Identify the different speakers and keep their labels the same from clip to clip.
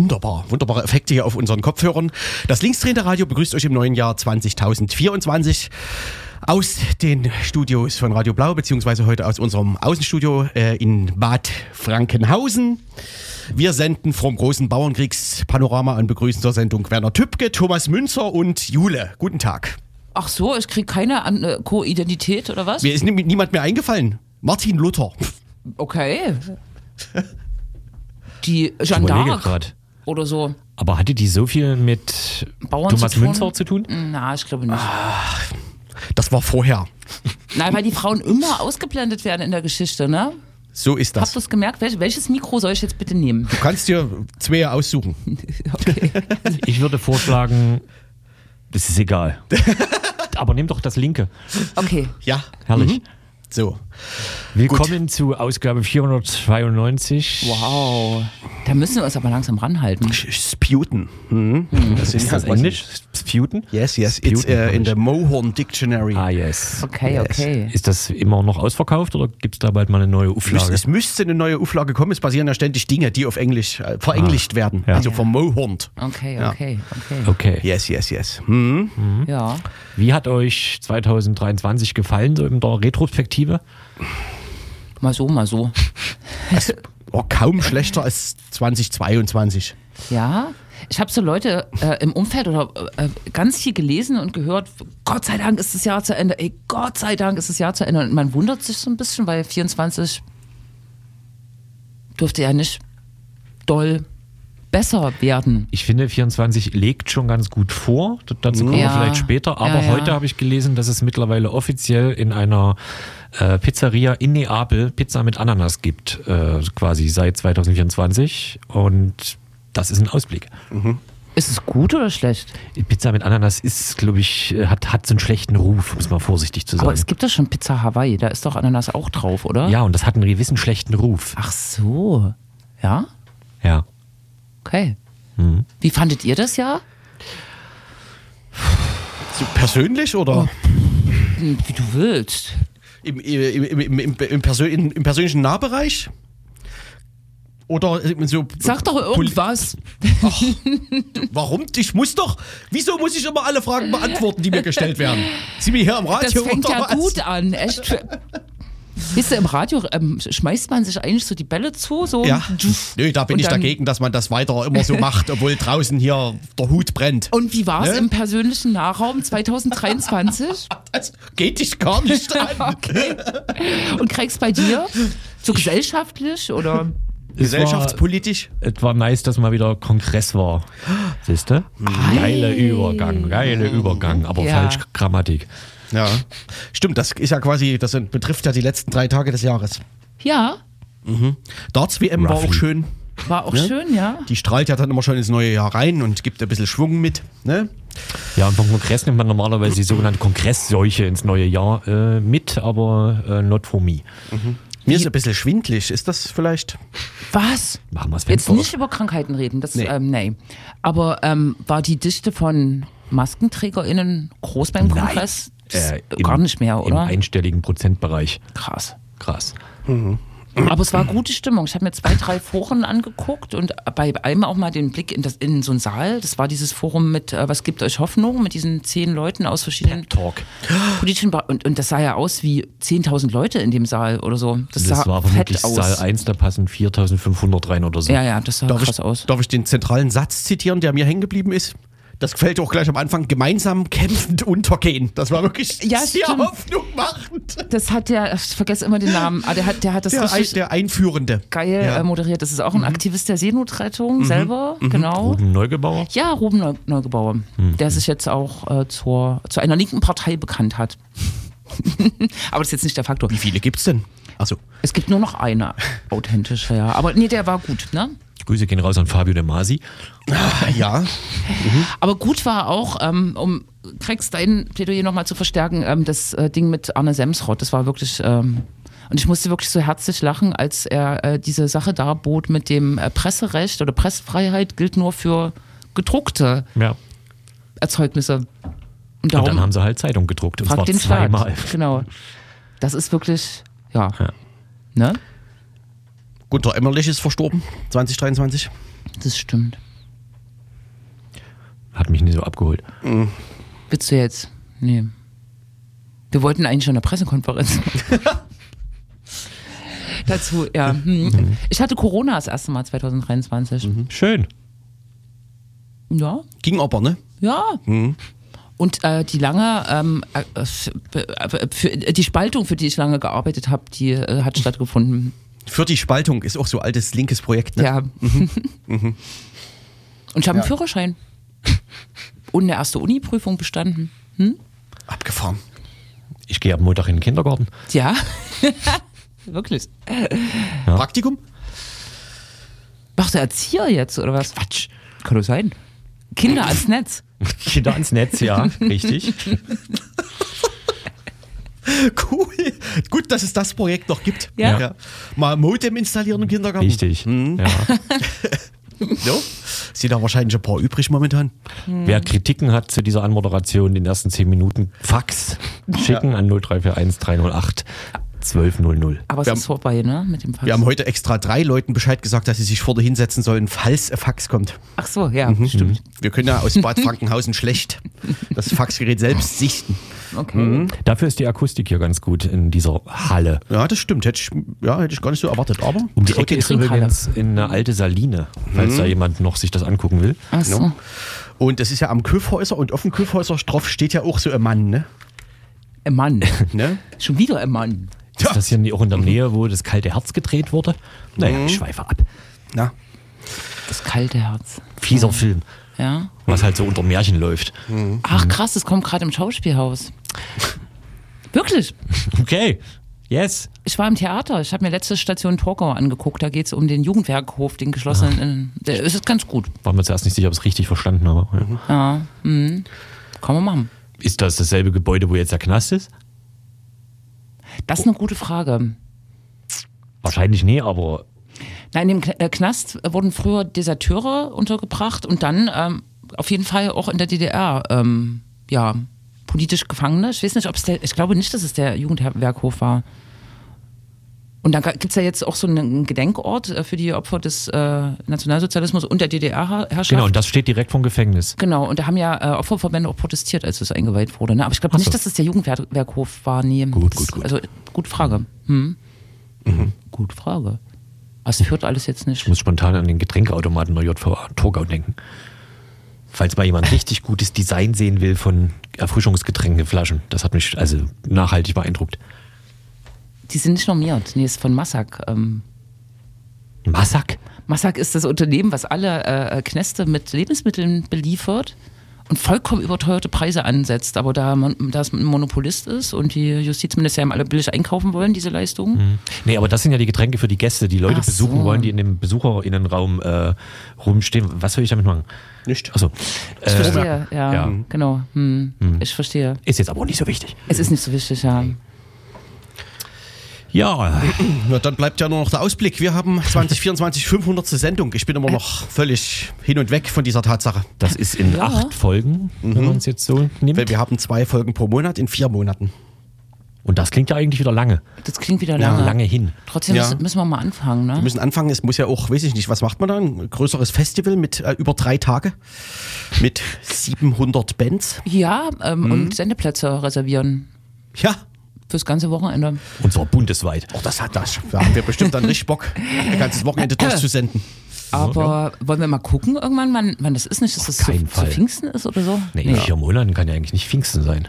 Speaker 1: wunderbare Effekte hier auf unseren Kopfhörern. Das Linksdrehende-Radio begrüßt euch im neuen Jahr 2024 aus den Studios von Radio Blau, beziehungsweise heute aus unserem Außenstudio äh, in Bad Frankenhausen. Wir senden vom großen Bauernkriegspanorama und begrüßen zur Sendung Werner Tübke, Thomas Münzer und Jule. Guten Tag.
Speaker 2: Ach so, ich kriege keine An- äh, Co-Identität oder was?
Speaker 1: Mir ist nie- niemand mehr eingefallen. Martin Luther.
Speaker 2: Okay. Die Jeanne
Speaker 3: überlege
Speaker 2: d'Arc
Speaker 3: gerade.
Speaker 2: oder so.
Speaker 3: Aber hatte die so viel mit
Speaker 2: Bauern
Speaker 3: Thomas
Speaker 2: zu tun? Hm,
Speaker 3: Münzer zu tun? Ah.
Speaker 2: Na, ich glaube nicht.
Speaker 1: Das war vorher.
Speaker 2: Nein, weil die Frauen immer ausgeblendet werden in der Geschichte, ne?
Speaker 1: So ist
Speaker 2: Habt
Speaker 1: das.
Speaker 2: ihr es gemerkt? Welch, welches Mikro soll ich jetzt bitte nehmen?
Speaker 1: Du kannst dir zwei aussuchen.
Speaker 2: Okay.
Speaker 3: Ich würde vorschlagen, das ist egal. Aber nimm doch das linke.
Speaker 2: okay.
Speaker 1: Ja.
Speaker 3: Herrlich.
Speaker 1: Mhm. So.
Speaker 3: Willkommen zu Ausgabe 492.
Speaker 2: Wow. Da müssen wir uns aber langsam ranhalten.
Speaker 1: Sputen. Mhm. Das
Speaker 3: Hm. Ist das Englisch? Sputen?
Speaker 1: Yes, yes. It's
Speaker 3: Sputen,
Speaker 1: äh, in the
Speaker 3: Englisch.
Speaker 1: Mohorn Dictionary.
Speaker 3: Ah, yes.
Speaker 2: Okay,
Speaker 1: Yes.
Speaker 2: okay.
Speaker 3: Ist das immer noch ausverkauft oder gibt es da bald mal eine neue
Speaker 1: Müs-
Speaker 3: Auflage?
Speaker 1: Es müsste eine neue Auflage kommen. Es passieren ja ständig Dinge, die auf Englisch äh, verenglischt werden.
Speaker 3: Ah, Ja.
Speaker 1: Also vom Mohornt.
Speaker 2: Okay,
Speaker 1: Ja.
Speaker 2: okay, okay.
Speaker 3: Okay.
Speaker 1: Yes, yes, yes. Hm.
Speaker 3: Ähm.
Speaker 2: Ja.
Speaker 3: Wie hat euch 2023 gefallen, so in der Retrospektive?
Speaker 2: Mal so, mal so.
Speaker 1: Es war kaum schlechter als 2022.
Speaker 2: Ja, ich habe so Leute äh, im Umfeld oder äh, ganz viel gelesen und gehört, Gott sei Dank ist das Jahr zu Ende, ey, Gott sei Dank ist das Jahr zu Ende. Und man wundert sich so ein bisschen, weil 24 durfte ja nicht doll besser werden.
Speaker 3: Ich finde, 24 legt schon ganz gut vor. D- Dazu kommen
Speaker 2: Ja.
Speaker 3: wir vielleicht später. Aber
Speaker 2: Ja, ja.
Speaker 3: heute habe ich gelesen, dass es mittlerweile offiziell in einer äh, Pizzeria in Neapel Pizza mit Ananas gibt, äh, quasi seit 2024. Und das ist ein Ausblick.
Speaker 2: Ist es gut oder schlecht?
Speaker 3: Pizza mit Ananas ist, glaube ich, äh, hat, hat so einen schlechten Ruf, muss man vorsichtig zu
Speaker 2: Aber
Speaker 3: sagen.
Speaker 2: es gibt doch schon Pizza Hawaii, da ist doch Ananas auch drauf, oder?
Speaker 3: Ja, und das hat einen gewissen schlechten Ruf.
Speaker 2: Ach so. Ja?
Speaker 3: Ja.
Speaker 2: Okay. Wie fandet ihr das Jahr?
Speaker 1: So persönlich
Speaker 2: Oh.
Speaker 1: oder
Speaker 2: Hm, Wie du willst.
Speaker 1: im, im, im, im, im, im, Persön im, im persönlichen Nahbereich? Oder äh, so.
Speaker 2: Sag doch irgendwas.
Speaker 1: Ach, warum? Ich muss doch. Wieso muss ich immer alle Fragen beantworten, die mir gestellt werden? Sie mir hier am
Speaker 2: Das
Speaker 1: Radio
Speaker 2: fängt
Speaker 1: oder
Speaker 2: ja
Speaker 1: was?
Speaker 2: gut an. Echt. Wisst ihr, im Radio ähm, schmeißt man sich eigentlich so die Bälle zu, so
Speaker 1: Ja. Nö, da bin
Speaker 2: Und
Speaker 1: ich
Speaker 2: dann-
Speaker 1: dagegen, dass man das weiter immer so macht, obwohl draußen hier der Hut brennt.
Speaker 2: Und wie war es
Speaker 1: Ne?
Speaker 2: im persönlichen Nahraum 2023?
Speaker 1: Das geht dich gar nicht an.
Speaker 2: Okay. Und kriegst bei dir? So gesellschaftlich oder?
Speaker 3: Es war-
Speaker 1: Gesellschaftspolitisch.
Speaker 3: Es war nice, dass mal wieder Kongress war. Siehst du? Geile Übergang, geile Übergang, aber
Speaker 2: Ja.
Speaker 3: falsch Grammatik.
Speaker 1: Ja. Stimmt, das ist ja quasi, das sind- betrifft ja die letzten drei Tage des Jahres.
Speaker 2: Ja,
Speaker 1: Darts WM war
Speaker 3: Roughly.
Speaker 1: auch schön.
Speaker 2: war
Speaker 1: Ne?
Speaker 2: auch schön, ja.
Speaker 1: Die strahlt ja dann immer schon ins neue Jahr rein und gibt ein bisschen Schwung mit. Ne?
Speaker 3: Ja, und vom Kongress nimmt man normalerweise die sogenannte Kongressseuche ins neue Jahr äh, mit, aber äh, not for me.
Speaker 1: Mir ist ein bisschen schwindlig. Ist das vielleicht?
Speaker 2: Was?
Speaker 3: Machen wir das
Speaker 2: Jetzt
Speaker 3: Fenster
Speaker 2: nicht über Krankheiten reden, das,
Speaker 1: Nee.
Speaker 2: nee. Ähm, nee. Aber ähm, war die Dichte von MaskenträgerInnen groß beim
Speaker 3: Nein.
Speaker 2: Kongress? Das-
Speaker 3: auf. Äh,
Speaker 2: gar
Speaker 3: im-
Speaker 2: nicht mehr, oder?
Speaker 3: Im einstelligen Prozentbereich.
Speaker 2: Krass.
Speaker 3: Krass.
Speaker 2: Aber es war gute Stimmung. Ich habe mir zwei, drei Foren angeguckt und bei allem auch mal den Blick in, das, in so einen Saal. Das war dieses Forum mit äh, Was gibt euch Hoffnung? mit diesen zehn Leuten aus verschiedenen
Speaker 3: Talk.
Speaker 2: politischen Ba- und, und das sah ja aus wie 10.000 Leute in dem Saal oder so. Das,
Speaker 3: Das
Speaker 2: sah
Speaker 3: war vermutlich
Speaker 2: fett aus.
Speaker 3: Saal 1, da passen 4500 rein oder so.
Speaker 2: Ja, ja, das sah
Speaker 1: Darf
Speaker 2: krass
Speaker 1: ich,
Speaker 2: aus.
Speaker 1: darf ich den zentralen Satz zitieren, der mir hängen geblieben ist? Das gefällt auch gleich am Anfang. Gemeinsam kämpfend untergehen. Das war wirklich
Speaker 2: Ja,
Speaker 1: sehr
Speaker 2: stimmt.
Speaker 1: Hoffnung machend.
Speaker 2: Das hat der, ich vergesse immer den Namen, ah, der hat, der hat das
Speaker 1: Der, Ei-
Speaker 2: richtig
Speaker 1: der Einführende.
Speaker 2: geil
Speaker 1: Ja.
Speaker 2: äh, moderiert. Das ist auch ein Aktivist der Seenotrettung selber, genau.
Speaker 3: Ruben Neugebauer?
Speaker 2: Ja, Ruben Neu- Neugebauer,
Speaker 3: Hm.
Speaker 2: der sich jetzt auch äh, zur, zu einer linken Partei bekannt hat. Aber das ist jetzt nicht der Faktor.
Speaker 1: Wie viele gibt's denn? Also,
Speaker 2: Es gibt nur noch eine authentische, ja. Aber nee, der war gut, ne?
Speaker 3: Grüße gehen raus an Fabio De Masi.
Speaker 1: ja.
Speaker 2: Aber gut war auch, ähm, um Krex dein Plädoyer nochmal zu verstärken, ähm, das äh, Ding mit Arne Semsrott. Das war wirklich. Ähm, und ich musste wirklich so herzlich lachen, als er äh, diese Sache darbot mit dem äh, Presserecht oder Pressefreiheit gilt nur für gedruckte
Speaker 3: Ja.
Speaker 2: Erzeugnisse. Und
Speaker 3: Und
Speaker 2: darum
Speaker 3: dann haben sie halt Zeitung gedruckt. Und
Speaker 2: fragt
Speaker 3: zwar
Speaker 2: den Staat.
Speaker 3: zweimal.
Speaker 2: Genau. Das ist wirklich, ja.
Speaker 3: Ja.
Speaker 2: Ne?
Speaker 1: Gunter Emmerlich ist verstorben, 2023.
Speaker 2: Das stimmt.
Speaker 3: Hat mich nicht so abgeholt.
Speaker 2: Willst du jetzt? Nee. Wir wollten eigentlich schon eine Pressekonferenz. Dazu, ja.
Speaker 3: Mhm.
Speaker 2: Hm. Ich hatte Corona das erste Mal 2023.
Speaker 3: Schön.
Speaker 2: Ja,
Speaker 1: Ging aber, ne?
Speaker 2: ja.
Speaker 3: Mhm.
Speaker 2: Und äh, die lange, ähm, äh, f- äh, für, äh, die Spaltung, für die ich lange gearbeitet habe, die äh, hat stattgefunden.
Speaker 1: Für die Spaltung ist auch so altes linkes Projekt, ne?
Speaker 2: Ja.
Speaker 1: Mhm.
Speaker 2: Und ich habe einen Führerschein. Und eine erste Uni-Prüfung bestanden.
Speaker 1: Abgefahren.
Speaker 3: Ich gehe am Montag in den Kindergarten.
Speaker 2: Ja. Wirklich.
Speaker 1: Praktikum?
Speaker 2: Macht der Erzieher jetzt oder was? Quatsch. Kann doch sein. Kinder ans Netz.
Speaker 3: Kinder ans Netz, ja, richtig.
Speaker 1: Cool. Gut, dass es das Projekt noch gibt.
Speaker 2: Ja.
Speaker 1: Mal Modem installieren im Kindergarten.
Speaker 3: Richtig.
Speaker 2: Mhm.
Speaker 3: Ja.
Speaker 1: No? Sind da wahrscheinlich ein paar übrig momentan.
Speaker 2: Hm.
Speaker 3: Wer Kritiken hat zu dieser Anmoderation in den ersten zehn Minuten, Fax schicken an 0341 308 1200.
Speaker 2: Aber es
Speaker 1: Wir
Speaker 2: ist vorbei, ne? Mit dem Fax.
Speaker 1: Wir haben heute extra drei Leuten Bescheid gesagt, dass sie sich vorne hinsetzen sollen, falls ein Fax kommt.
Speaker 2: Ach so, ja,
Speaker 1: Mhm.
Speaker 2: stimmt.
Speaker 1: Wir können ja aus Bad Frankenhausen schlecht das Faxgerät selbst sichten.
Speaker 2: Okay.
Speaker 1: Mhm.
Speaker 3: Dafür ist die Akustik hier ganz gut in dieser Halle.
Speaker 1: Ja, das stimmt. Hätte ich, ja, hätte ich gar nicht so erwartet. Aber
Speaker 3: Um die
Speaker 2: Auch die
Speaker 3: Ecke ist
Speaker 2: Trinkhalle.
Speaker 3: übrigens in eine alte Saline, falls da jemand noch sich das angucken will.
Speaker 2: Ach so.
Speaker 1: Ja. Und das ist ja am Köfhäuser und auf dem Köfhäuser Stroff steht ja auch so ein Mann, ne?
Speaker 2: Ein Mann.
Speaker 1: ne?
Speaker 2: Schon wieder ein Mann.
Speaker 1: Ja.
Speaker 3: Ist das hier auch in der Nähe, wo das kalte Herz gedreht wurde? Naja, ich schweife ab.
Speaker 1: Na?
Speaker 2: Das kalte Herz.
Speaker 3: Fieser Film,
Speaker 2: Ja.
Speaker 3: was halt so unter Märchen läuft.
Speaker 1: Mhm.
Speaker 2: Ach krass, das kommt gerade im Schauspielhaus. Wirklich.
Speaker 3: Okay, yes.
Speaker 2: Ich war im Theater. Ich habe mir letzte Station Torgau angeguckt. Da geht es um den Jugendwerkhof, den geschlossenen. Äh, Der ist ganz gut.
Speaker 3: War mir zuerst nicht sicher, ob ich es richtig verstanden habe. Ja.
Speaker 2: Kann man machen.
Speaker 3: Ist das dasselbe Gebäude, wo jetzt der Knast ist?
Speaker 2: Das ist eine gute Frage.
Speaker 3: Wahrscheinlich nee, aber
Speaker 2: Nein, im Kn- äh, Knast wurden früher Deserteure untergebracht und dann ähm, auf jeden Fall auch in der DDR, ähm, ja, politisch Gefangene. Ich weiß nicht, ob es der, ich glaube nicht, dass es der Jugendwerkhof war. Und dann gibt es ja jetzt auch so einen Gedenkort äh, für die Opfer des äh, Nationalsozialismus und der DDR-Herrschaft.
Speaker 3: genau, und das steht direkt vom Gefängnis.
Speaker 2: Genau, und da haben ja äh, Opferverbände auch protestiert, als es eingeweiht wurde. Ne? Aber ich glaube
Speaker 3: Ach
Speaker 2: nicht,
Speaker 3: so.
Speaker 2: dass es der Jugendwerkhof war. Nee.
Speaker 3: Gut,
Speaker 2: Das-
Speaker 3: gut, gut.
Speaker 2: Also, äh, gute Frage. Hm? Gute Frage. Was führt alles jetzt nicht?
Speaker 3: Ich muss spontan an den Getränkeautomaten der JVA Torgau denken. Falls mal jemand richtig gutes Design sehen will von Erfrischungsgetränkeflaschen. Das hat mich also nachhaltig beeindruckt.
Speaker 2: Die sind nicht normiert. Nee, ist von Massak. Ähm,
Speaker 3: Massak?
Speaker 2: Massak ist das Unternehmen, was alle äh, Knäste mit Lebensmitteln beliefert und vollkommen überteuerte Preise ansetzt. Aber da, man, da es ein Monopolist ist und die Justizministerium alle billig einkaufen wollen, diese Leistungen,
Speaker 3: Nee, aber das sind ja die Getränke für die Gäste, die Leute
Speaker 2: Ach
Speaker 3: besuchen
Speaker 2: so.
Speaker 3: wollen, die in dem BesucherInnenraum äh, rumstehen. Was will ich damit machen?
Speaker 1: Nicht. Also,
Speaker 3: Achso.
Speaker 2: ich
Speaker 3: Äh,
Speaker 2: verstehe, ja,
Speaker 3: ja. Mhm.
Speaker 2: genau. Hm. Ich verstehe.
Speaker 3: ist jetzt aber auch nicht so wichtig.
Speaker 2: Es ist nicht so wichtig, ja.
Speaker 3: Ja,
Speaker 1: Na, dann bleibt ja nur noch der Ausblick. Wir haben 2024 500. Sendung. Ich bin immer noch völlig hin und weg von dieser Tatsache.
Speaker 3: das ist in
Speaker 2: Ja.
Speaker 3: acht Folgen, wenn man es jetzt so
Speaker 1: Weil
Speaker 3: nimmt.
Speaker 1: wir haben zwei Folgen pro Monat in vier Monaten.
Speaker 3: Und das klingt ja eigentlich wieder lange.
Speaker 2: Das klingt wieder lange.
Speaker 3: Lange hin.
Speaker 2: Trotzdem
Speaker 1: Ja.
Speaker 2: müssen- müssen wir mal anfangen, ne?
Speaker 1: Wir müssen anfangen, es muss ja auch, weiß ich nicht, was macht man da? Ein größeres Festival mit äh, über drei Tage mit 700 Bands.
Speaker 2: Ja, ähm,
Speaker 1: Mhm.
Speaker 2: und Sendeplätze reservieren.
Speaker 1: Ja,
Speaker 2: Fürs ganze Wochenende.
Speaker 3: Und zwar bundesweit.
Speaker 1: auch das hat das. Da haben wir bestimmt dann richtig Bock, ein ganzes Wochenende durchzusenden.
Speaker 2: Aber wollen wir mal gucken irgendwann, wann, wann das ist? Nicht, dass das zu,
Speaker 3: keinen
Speaker 2: zu
Speaker 3: Fall.
Speaker 2: Pfingsten ist oder so?
Speaker 3: Nee, in vier Monaten kann ja eigentlich nicht Pfingsten sein.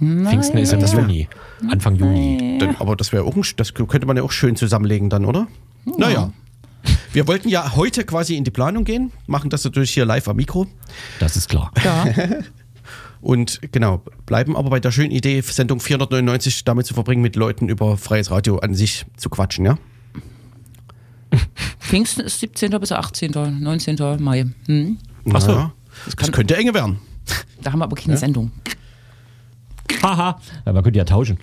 Speaker 3: Pfingsten ist im Juni, Anfang Juni.
Speaker 1: Dann, aber das wäre auch, ein- das könnte man ja auch schön zusammenlegen dann, oder? Naja. Wir wollten ja heute quasi in die Planung gehen, machen das natürlich hier live am Mikro.
Speaker 3: Das ist klar.
Speaker 2: Ja.
Speaker 1: Und genau, bleiben aber bei der schönen Idee, Sendung 499 damit zu verbringen, mit Leuten über freies Radio an sich zu quatschen, ja?
Speaker 2: Pfingsten ist 17. bis 18. 19. Mai. Hm.
Speaker 1: Achso.
Speaker 3: ja.
Speaker 1: Das, könnte enge werden.
Speaker 2: Da haben wir aber keine Sendung.
Speaker 3: Haha. Ja, man könnte ja tauschen.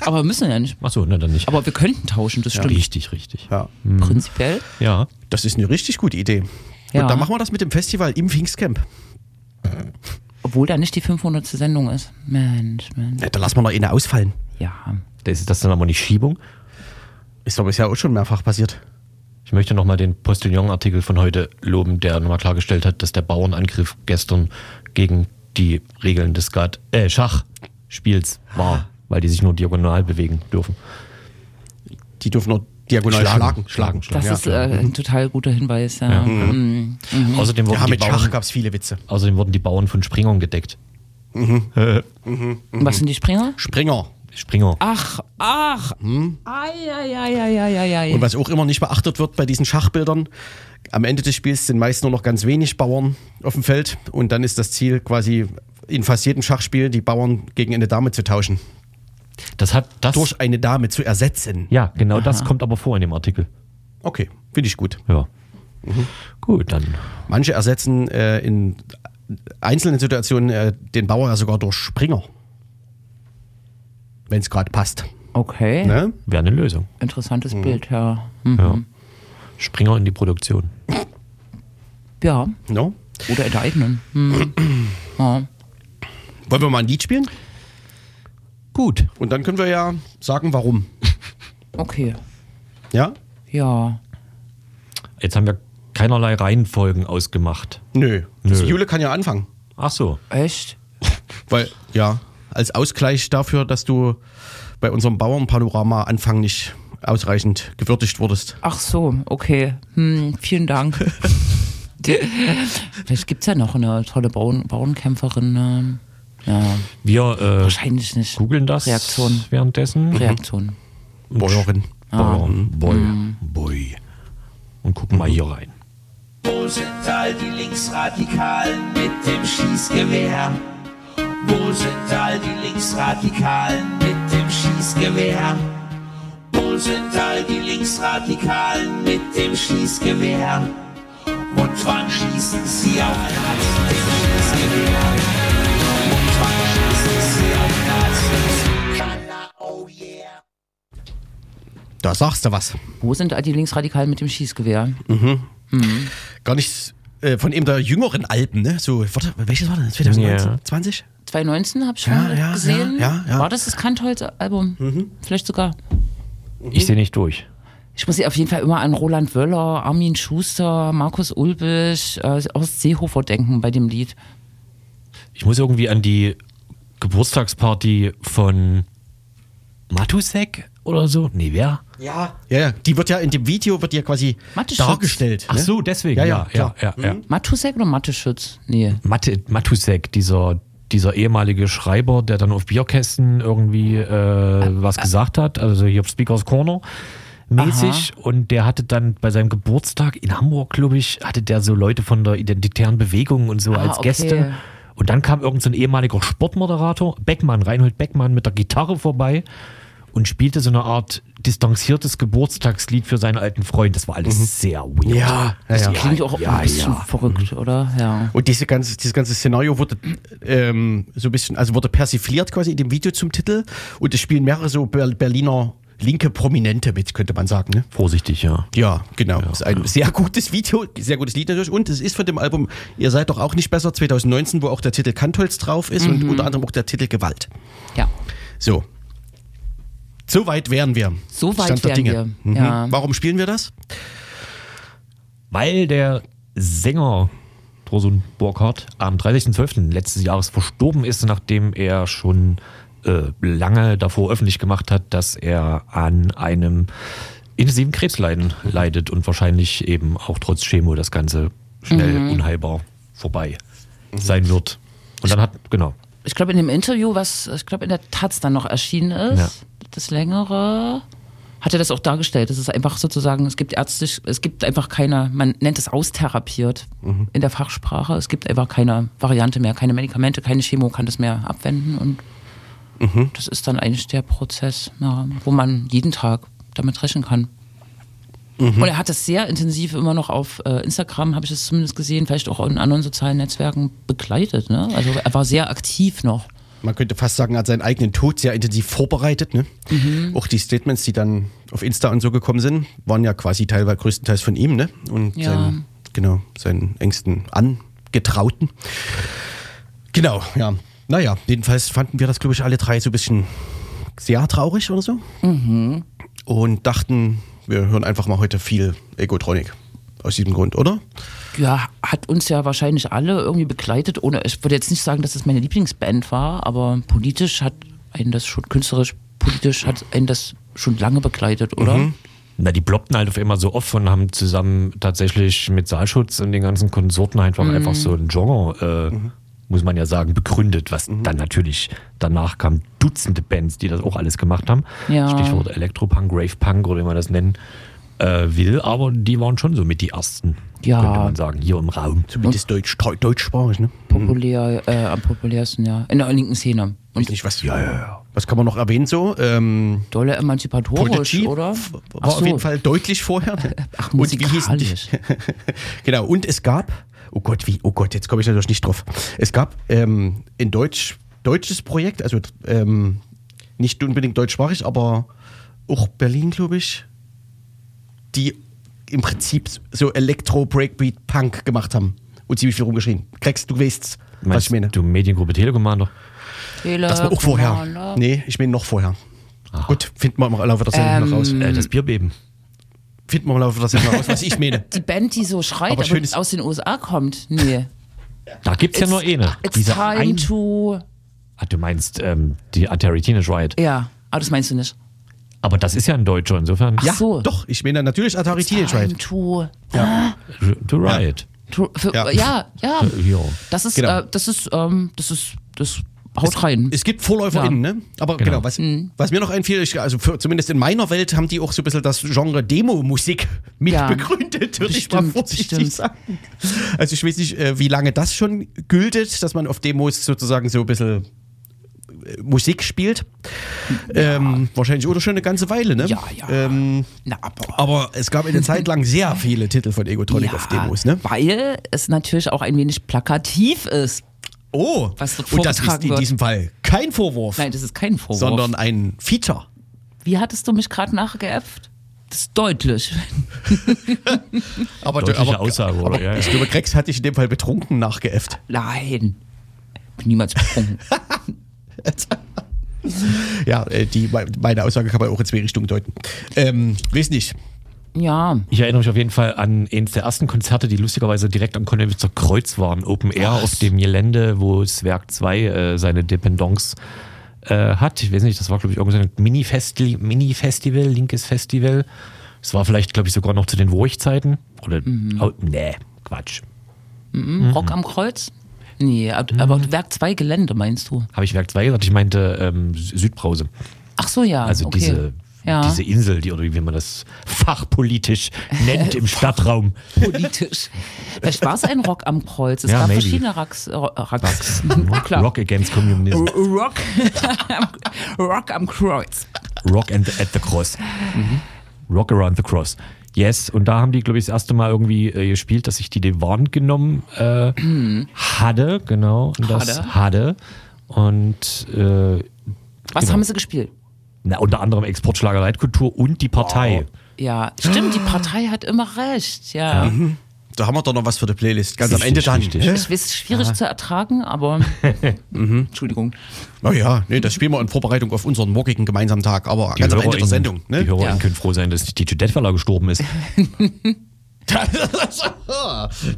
Speaker 2: Aber wir müssen ja nicht.
Speaker 3: Achso, ne, dann nicht.
Speaker 2: Aber wir könnten tauschen, das stimmt.
Speaker 3: richtig, richtig.
Speaker 1: Ja.
Speaker 2: Prinzipiell.
Speaker 3: Ja.
Speaker 1: Das ist eine richtig gute Idee.
Speaker 2: Ja.
Speaker 1: Und dann machen wir das mit dem Festival im Pfingstcamp.
Speaker 2: Obwohl da nicht die 500. Sendung ist. Mensch, Mensch.
Speaker 1: Ja, da lassen wir noch eine ausfallen.
Speaker 2: Ja.
Speaker 3: Das ist das dann aber nicht Schiebung?
Speaker 1: Ist doch bisher auch schon mehrfach passiert.
Speaker 3: Ich Ich möchte nochmal den Postillon-Artikel von heute loben, der nochmal klargestellt hat, dass der Bauernangriff gestern gegen die Regeln des Skat äh, Schachspiels war, weil die sich nur diagonal bewegen dürfen.
Speaker 1: Die dürfen nur diagonal
Speaker 3: Schlagen,
Speaker 1: schlagen.
Speaker 3: schlagen,
Speaker 2: Das
Speaker 1: ja.
Speaker 2: ist äh, ein total guter Hinweis. Ja. Mhm.
Speaker 3: Außerdem wurden,
Speaker 1: ja,
Speaker 3: die
Speaker 1: mit Schach
Speaker 3: Bauern,
Speaker 1: gab es viele Witze.
Speaker 3: außerdem wurden die Bauern von Springern gedeckt.
Speaker 1: Mhm.
Speaker 2: Was sind die Springer?
Speaker 1: Springer.
Speaker 3: Springer.
Speaker 2: Ach, ach. Eieieiei.
Speaker 1: Hm? Und was auch immer nicht beachtet wird bei diesen Schachbildern, am Ende des Spiels sind meist nur noch ganz wenig Bauern auf dem Feld und dann ist das Ziel quasi in fast jedem Schachspiel die Bauern gegen eine Dame zu tauschen,
Speaker 3: Das hat das.
Speaker 1: durch eine Dame zu ersetzen.
Speaker 3: ja, genau das kommt aber vor in dem Artikel.
Speaker 1: Okay, finde ich gut.
Speaker 3: Ja.
Speaker 1: Mhm.
Speaker 3: Gut, dann.
Speaker 1: Manche ersetzen äh, in einzelnen Situationen äh, den Bauer ja sogar durch Springer. Wenn es gerade passt.
Speaker 2: Okay,
Speaker 1: Ne? Hm.
Speaker 3: Wäre eine Lösung.
Speaker 2: interessantes Bild, ja. Hm.
Speaker 1: Mhm.
Speaker 3: Ja. Springer in die Produktion.
Speaker 2: Ja,
Speaker 1: No?
Speaker 2: oder enteignen. Hm. Ja.
Speaker 1: Wollen wir mal ein Lied spielen?
Speaker 3: Gut.
Speaker 1: Und dann können wir ja sagen, warum.
Speaker 2: Okay,
Speaker 1: Ja?
Speaker 2: ja.
Speaker 3: Jetzt haben wir keinerlei Reihenfolgen ausgemacht.
Speaker 1: Nö.
Speaker 3: Nö.
Speaker 1: Jule kann ja anfangen.
Speaker 3: Ach so.
Speaker 2: Echt?
Speaker 1: Weil, ja, als Ausgleich dafür, dass du bei unserem Bauernpanorama Anfang nicht ausreichend gewürdigt wurdest.
Speaker 2: Ach so, okay. Hm, vielen Dank. Vielleicht gibt es ja noch eine tolle Bauern Bauernkämpferin. ähm, Ja,
Speaker 3: Wir äh,
Speaker 2: wahrscheinlich nicht.
Speaker 3: googeln das
Speaker 2: Reaktion.
Speaker 1: Mhm.
Speaker 3: währenddessen.
Speaker 2: Reaktion.
Speaker 1: Bäuerin. ah.
Speaker 3: Boy, Boy,
Speaker 1: Mhm.
Speaker 3: Boy. Und gucken mal hier rein.
Speaker 4: Wo sind all die Linksradikalen mit dem Schießgewehr? Wo sind all die Linksradikalen mit dem Schießgewehr? Wo sind all die Linksradikalen mit dem Schießgewehr? Und wann schießen sie auf Nazis mit dem Schießgewehr? Und wann schießen sie auf Nazis? Kanna, oh yeah.
Speaker 1: Da sagst du was.
Speaker 2: Wo sind all die Linksradikalen mit dem Schießgewehr?
Speaker 1: Mhm. Gar nicht äh, von eben der jüngeren Alpen, ne? So, warte, welches war das? 2019? 20?
Speaker 2: 2019 habe ich schon
Speaker 1: Ja, ja,
Speaker 2: gesehen.
Speaker 1: ja, ja, ja. Mhm.
Speaker 2: War das das Kantholz-Album? Vielleicht sogar.
Speaker 3: Ich sehe nicht durch.
Speaker 2: Ich muss sie auf jeden Fall immer an Roland Wöller, Armin Schuster, Markus Ulbich äh, aus Seehofer denken bei dem Lied.
Speaker 3: Ich muss irgendwie an die Geburtstagsparty von Matusek oder so. Nee, wer?
Speaker 1: Ja. Ja, ja. Die wird ja in dem Video wird ja quasi
Speaker 2: Mathe-Schutz.
Speaker 1: dargestellt.
Speaker 3: Ach
Speaker 1: ne?
Speaker 3: so, deswegen.
Speaker 1: Ja,
Speaker 3: Ja,
Speaker 1: ja,
Speaker 3: ja,
Speaker 1: klar. Mhm.
Speaker 3: ja. ja,
Speaker 2: Matusek oder Matteschütz? Nee.
Speaker 3: Matte, Matusek, dieser, dieser ehemalige Schreiber, der dann auf Bierkästen irgendwie äh, was
Speaker 2: Ah,
Speaker 3: gesagt hat, also hier auf Speakers Corner mäßig. Und der hatte dann bei seinem Geburtstag in Hamburg, glaube ich, hatte der so Leute von der identitären Bewegung und so
Speaker 2: Ah,
Speaker 3: als
Speaker 2: okay.
Speaker 3: Gäste. Und dann kam irgendein so ein ehemaliger Sportmoderator, Beckmann, Reinhold Beckmann, mit der Gitarre vorbei und spielte so eine Art distanziertes Geburtstagslied für seinen alten Freund. Das war alles
Speaker 2: Mhm.
Speaker 3: sehr weird.
Speaker 1: Ja, ja, ja. Mhm.
Speaker 2: Klingt auch ein bisschen verrückt, oder? Ja.
Speaker 1: Und diese ganze, dieses ganze Szenario wurde ähm, so ein bisschen, also wurde persifliert quasi in dem Video zum Titel. Und es spielen mehrere so Ber- Berliner linke Prominente mit, könnte man sagen. Ne?
Speaker 3: Vorsichtig, ja.
Speaker 1: Ja, genau. Das ist ein sehr gutes Video, sehr gutes Lied natürlich. Und es ist von dem Album Ihr seid doch auch nicht besser 2019, wo auch der Titel Kantholz drauf ist und unter anderem auch der Titel Gewalt.
Speaker 2: ja.
Speaker 1: So. So weit wären wir.
Speaker 2: So weit
Speaker 1: Stand der
Speaker 2: wären
Speaker 1: Dinge. Mhm.
Speaker 2: wir, ja.
Speaker 1: Warum spielen wir das?
Speaker 3: weil der Sänger Drosun Burkhardt am 30.12. letztes Jahres verstorben ist, nachdem er schon äh, lange davor öffentlich gemacht hat, dass er an einem intensiven Krebsleiden leidet und wahrscheinlich eben auch trotz Chemo das Ganze schnell unheilbar vorbei sein wird. Und dann hat, genau,
Speaker 2: Ich glaube, in dem Interview, was ich glaube in der Taz dann noch erschienen ist,
Speaker 3: Ja.
Speaker 2: das längere, hat er das auch dargestellt. Es ist einfach sozusagen, es gibt ärztlich, es gibt einfach keine, man nennt es austherapiert in der Fachsprache. Es gibt einfach keine Variante mehr, keine Medikamente, keine Chemo kann das mehr abwenden. Und das ist dann eigentlich der Prozess, ja, wo man jeden Tag damit rechnen kann. Und er hat das sehr intensiv immer noch auf äh, Instagram, habe ich es zumindest gesehen, vielleicht auch in anderen sozialen Netzwerken begleitet. Ne? Also er war sehr aktiv noch.
Speaker 1: Man könnte fast sagen, er hat seinen eigenen Tod sehr intensiv vorbereitet. Ne?
Speaker 2: Mhm.
Speaker 1: Auch die Statements, die dann auf Insta und so gekommen sind, waren ja quasi teilweise größtenteils von ihm. Ne? Und
Speaker 2: Ja.
Speaker 1: seinen, genau, seinen engsten Angetrauten. Genau, ja. Naja, jedenfalls fanden wir das, glaube
Speaker 2: Mhm.
Speaker 1: ich, alle drei so ein bisschen sehr traurig oder so. Und dachten, wir hören einfach mal heute viel Egotronic. Aus diesem Grund, oder?
Speaker 2: Ja, hat uns ja wahrscheinlich alle irgendwie begleitet. Ohne, ich würde jetzt nicht sagen, dass es meine Lieblingsband war, aber politisch hat einen das schon, künstlerisch, politisch hat einen das schon lange begleitet, oder?
Speaker 1: Mhm.
Speaker 3: Na, die ploppten halt auf immer so oft und haben zusammen tatsächlich mit Saalschutz und den ganzen Konsorten einfach,
Speaker 2: Mhm.
Speaker 3: einfach so ein Genre, äh,
Speaker 1: Mhm.
Speaker 3: muss man ja sagen, begründet, was dann natürlich danach kamen Dutzende Bands, die das auch alles gemacht haben.
Speaker 2: Ja.
Speaker 3: Stichwort Elektropunk, Gravepunk oder wie man das nennen äh, will, aber die waren schon so mit die ersten,
Speaker 2: Ja.
Speaker 3: könnte man sagen, hier im Raum.
Speaker 1: Zumindest deutsch, deutschsprachig, ne?
Speaker 2: Populär, äh, am populärsten, ja. In der linken Szene. Und
Speaker 1: Weiß nicht, was, ja, ja, ja. was kann man noch erwähnen so? Ähm,
Speaker 2: dolle emanzipatorisch,
Speaker 1: Prodigy
Speaker 2: oder?
Speaker 1: f- war
Speaker 2: Ach so.
Speaker 1: auf jeden Fall deutlich vorher. ne?
Speaker 2: Ach,
Speaker 1: Und wie hieß
Speaker 2: musikalisch.
Speaker 1: Genau, und es gab, oh Gott, wie, oh Gott, jetzt komme ich natürlich nicht drauf. Es gab ähm, ein Deutsch, deutsches Projekt, also ähm, nicht unbedingt deutschsprachig, aber auch Berlin, glaube ich, die im Prinzip so Elektro, Breakbeat, Punk gemacht haben und ziemlich viel rumgeschrien. Krex, du weißt, was ich meine.
Speaker 3: Du Mediengruppe Telekommander?
Speaker 2: Tele- ne?
Speaker 1: Das war auch vorher.
Speaker 2: Commander.
Speaker 1: Nee, ich meine noch vorher. Gut, finden wir mal alle wieder Sendung noch raus.
Speaker 2: Mhm. Ähm,
Speaker 3: Äh, das Bierbeben.
Speaker 1: Finden wir mal wieder Sendung raus, was ich meine.
Speaker 2: Die Band, die so schreit,
Speaker 1: Aber
Speaker 2: aber,
Speaker 1: schönes-
Speaker 2: aus den USA kommt. Nee.
Speaker 3: Da gibt's ja nur eine.
Speaker 2: It's
Speaker 3: Diese
Speaker 2: time
Speaker 3: ein-
Speaker 2: to.
Speaker 3: Ah, du meinst ähm, die Atari Teenage Riot.
Speaker 2: Ja, aber das meinst du nicht.
Speaker 3: Aber das ist ja ein Deutscher, insofern.
Speaker 1: Ja,
Speaker 2: so.
Speaker 1: doch, ich meine natürlich Atari Teenage
Speaker 2: time
Speaker 1: Riot.
Speaker 2: to,
Speaker 3: To Riot.
Speaker 2: to für,
Speaker 1: Ja. Äh,
Speaker 2: ja. ja,
Speaker 3: Äh, Ja.
Speaker 2: Das ist,
Speaker 1: Genau.
Speaker 2: äh, das ist, ähm, das ist, das haut rein.
Speaker 1: Es gibt VorläuferInnen, ne? Aber genau,
Speaker 3: Genau.
Speaker 1: was,
Speaker 2: Mhm.
Speaker 1: was mir noch einfiel, ich, also für, zumindest in meiner Welt haben die auch so ein bisschen das Genre Demo-Musik mit
Speaker 2: Ja.
Speaker 1: begründet, würde ich mal
Speaker 2: Bestimmt,
Speaker 1: vorsichtig
Speaker 2: bestimmt.
Speaker 1: sagen. Also ich weiß nicht, äh, wie lange das schon gültet, dass man auf Demos sozusagen so ein bisschen äh, Musik spielt. Ähm, wahrscheinlich oder schon eine ganze Weile, ne?
Speaker 2: Ja, ja.
Speaker 1: Ähm,
Speaker 2: Na, aber
Speaker 1: aber es gab eine Zeit lang sehr viele Titel von Egotronic auf Demos, ne?
Speaker 2: Weil es natürlich auch ein wenig plakativ ist.
Speaker 1: Oh,
Speaker 2: Was dort
Speaker 1: und das ist
Speaker 2: vorgetragen
Speaker 1: in
Speaker 2: wird.
Speaker 1: diesem Fall kein Vorwurf,
Speaker 2: Nein, das ist kein Vorwurf.
Speaker 1: sondern ein Feature.
Speaker 2: Wie hattest du mich gerade nachgeäfft? Das ist deutlich.
Speaker 1: Aber,
Speaker 3: Deutliche Aussage, oder? Ja, ja.
Speaker 1: Ich glaube, Grex hat dich in dem Fall betrunken nachgeäfft.
Speaker 2: Nein. Bin niemals betrunken.
Speaker 1: Ja, äh, die, me- meine Aussage kann man auch in zwei Richtungen deuten. Ähm, weiß nicht.
Speaker 2: ja.
Speaker 3: Ich erinnere mich auf jeden Fall an eines der ersten Konzerte, die lustigerweise direkt am Konnewitzer Kreuz waren. Open Air auf dem Gelände, wo das Werk 2 äh, seine Dependance äh, hat. Ich weiß nicht, das war, glaube ich, irgendein Mini-Festival, Mini -Festival, linkes Festival. Es war vielleicht, glaube ich, sogar noch zu den Wurchzeiten. Oder,
Speaker 2: Mhm.
Speaker 3: oh, nee, Quatsch.
Speaker 2: Rock am Kreuz? Nee, ab- aber Werk 2 Gelände meinst du?
Speaker 3: Habe ich Werk 2 gesagt? Ich meinte ähm, Sü- Südbrause.
Speaker 2: Ach so, ja.
Speaker 3: Also
Speaker 2: Ah, okay.
Speaker 3: diese,
Speaker 2: ja.
Speaker 3: diese Insel, die, oder wie man das fachpolitisch nennt im Stadtraum.
Speaker 2: politisch. Vielleicht war es ein Rock am Kreuz. Es
Speaker 3: Ja,
Speaker 2: gab
Speaker 3: maybe.
Speaker 2: verschiedene Racks. Äh, Racks.
Speaker 3: Rock,
Speaker 2: Klar.
Speaker 3: Mhm. Rock against Communism.
Speaker 2: Rock, Rock am Kreuz.
Speaker 3: Rock and at the Cross.
Speaker 2: Mhm.
Speaker 3: Rock around the Cross. Yes, und da haben die, glaube ich, das erste Mal irgendwie äh, gespielt, dass ich die den Warn genommen äh, hatte, genau. Und Das
Speaker 2: Mhm. Hatte.
Speaker 3: hatte. Und äh,
Speaker 2: Was
Speaker 3: Genau.
Speaker 2: haben sie gespielt?
Speaker 3: na, unter anderem Exportschlager Leitkultur und die Partei.
Speaker 2: Ja, stimmt, die Partei hat immer recht. Ja,
Speaker 3: Mhm.
Speaker 1: Da haben wir doch noch was für die Playlist. Ganz am
Speaker 3: Richtig,
Speaker 1: Ende dann.
Speaker 3: richtig.
Speaker 2: ich weiß, es ist schwierig zu ertragen, aber Mhm. Entschuldigung.
Speaker 1: Naja, nee, das spielen wir in Vorbereitung auf unseren morgigen gemeinsamen Tag, aber ganz am Ende der Sendung.
Speaker 3: Die
Speaker 1: Ne?
Speaker 2: Ja.
Speaker 3: HörerInnen können froh sein, dass nicht DJ Detweiler gestorben ist.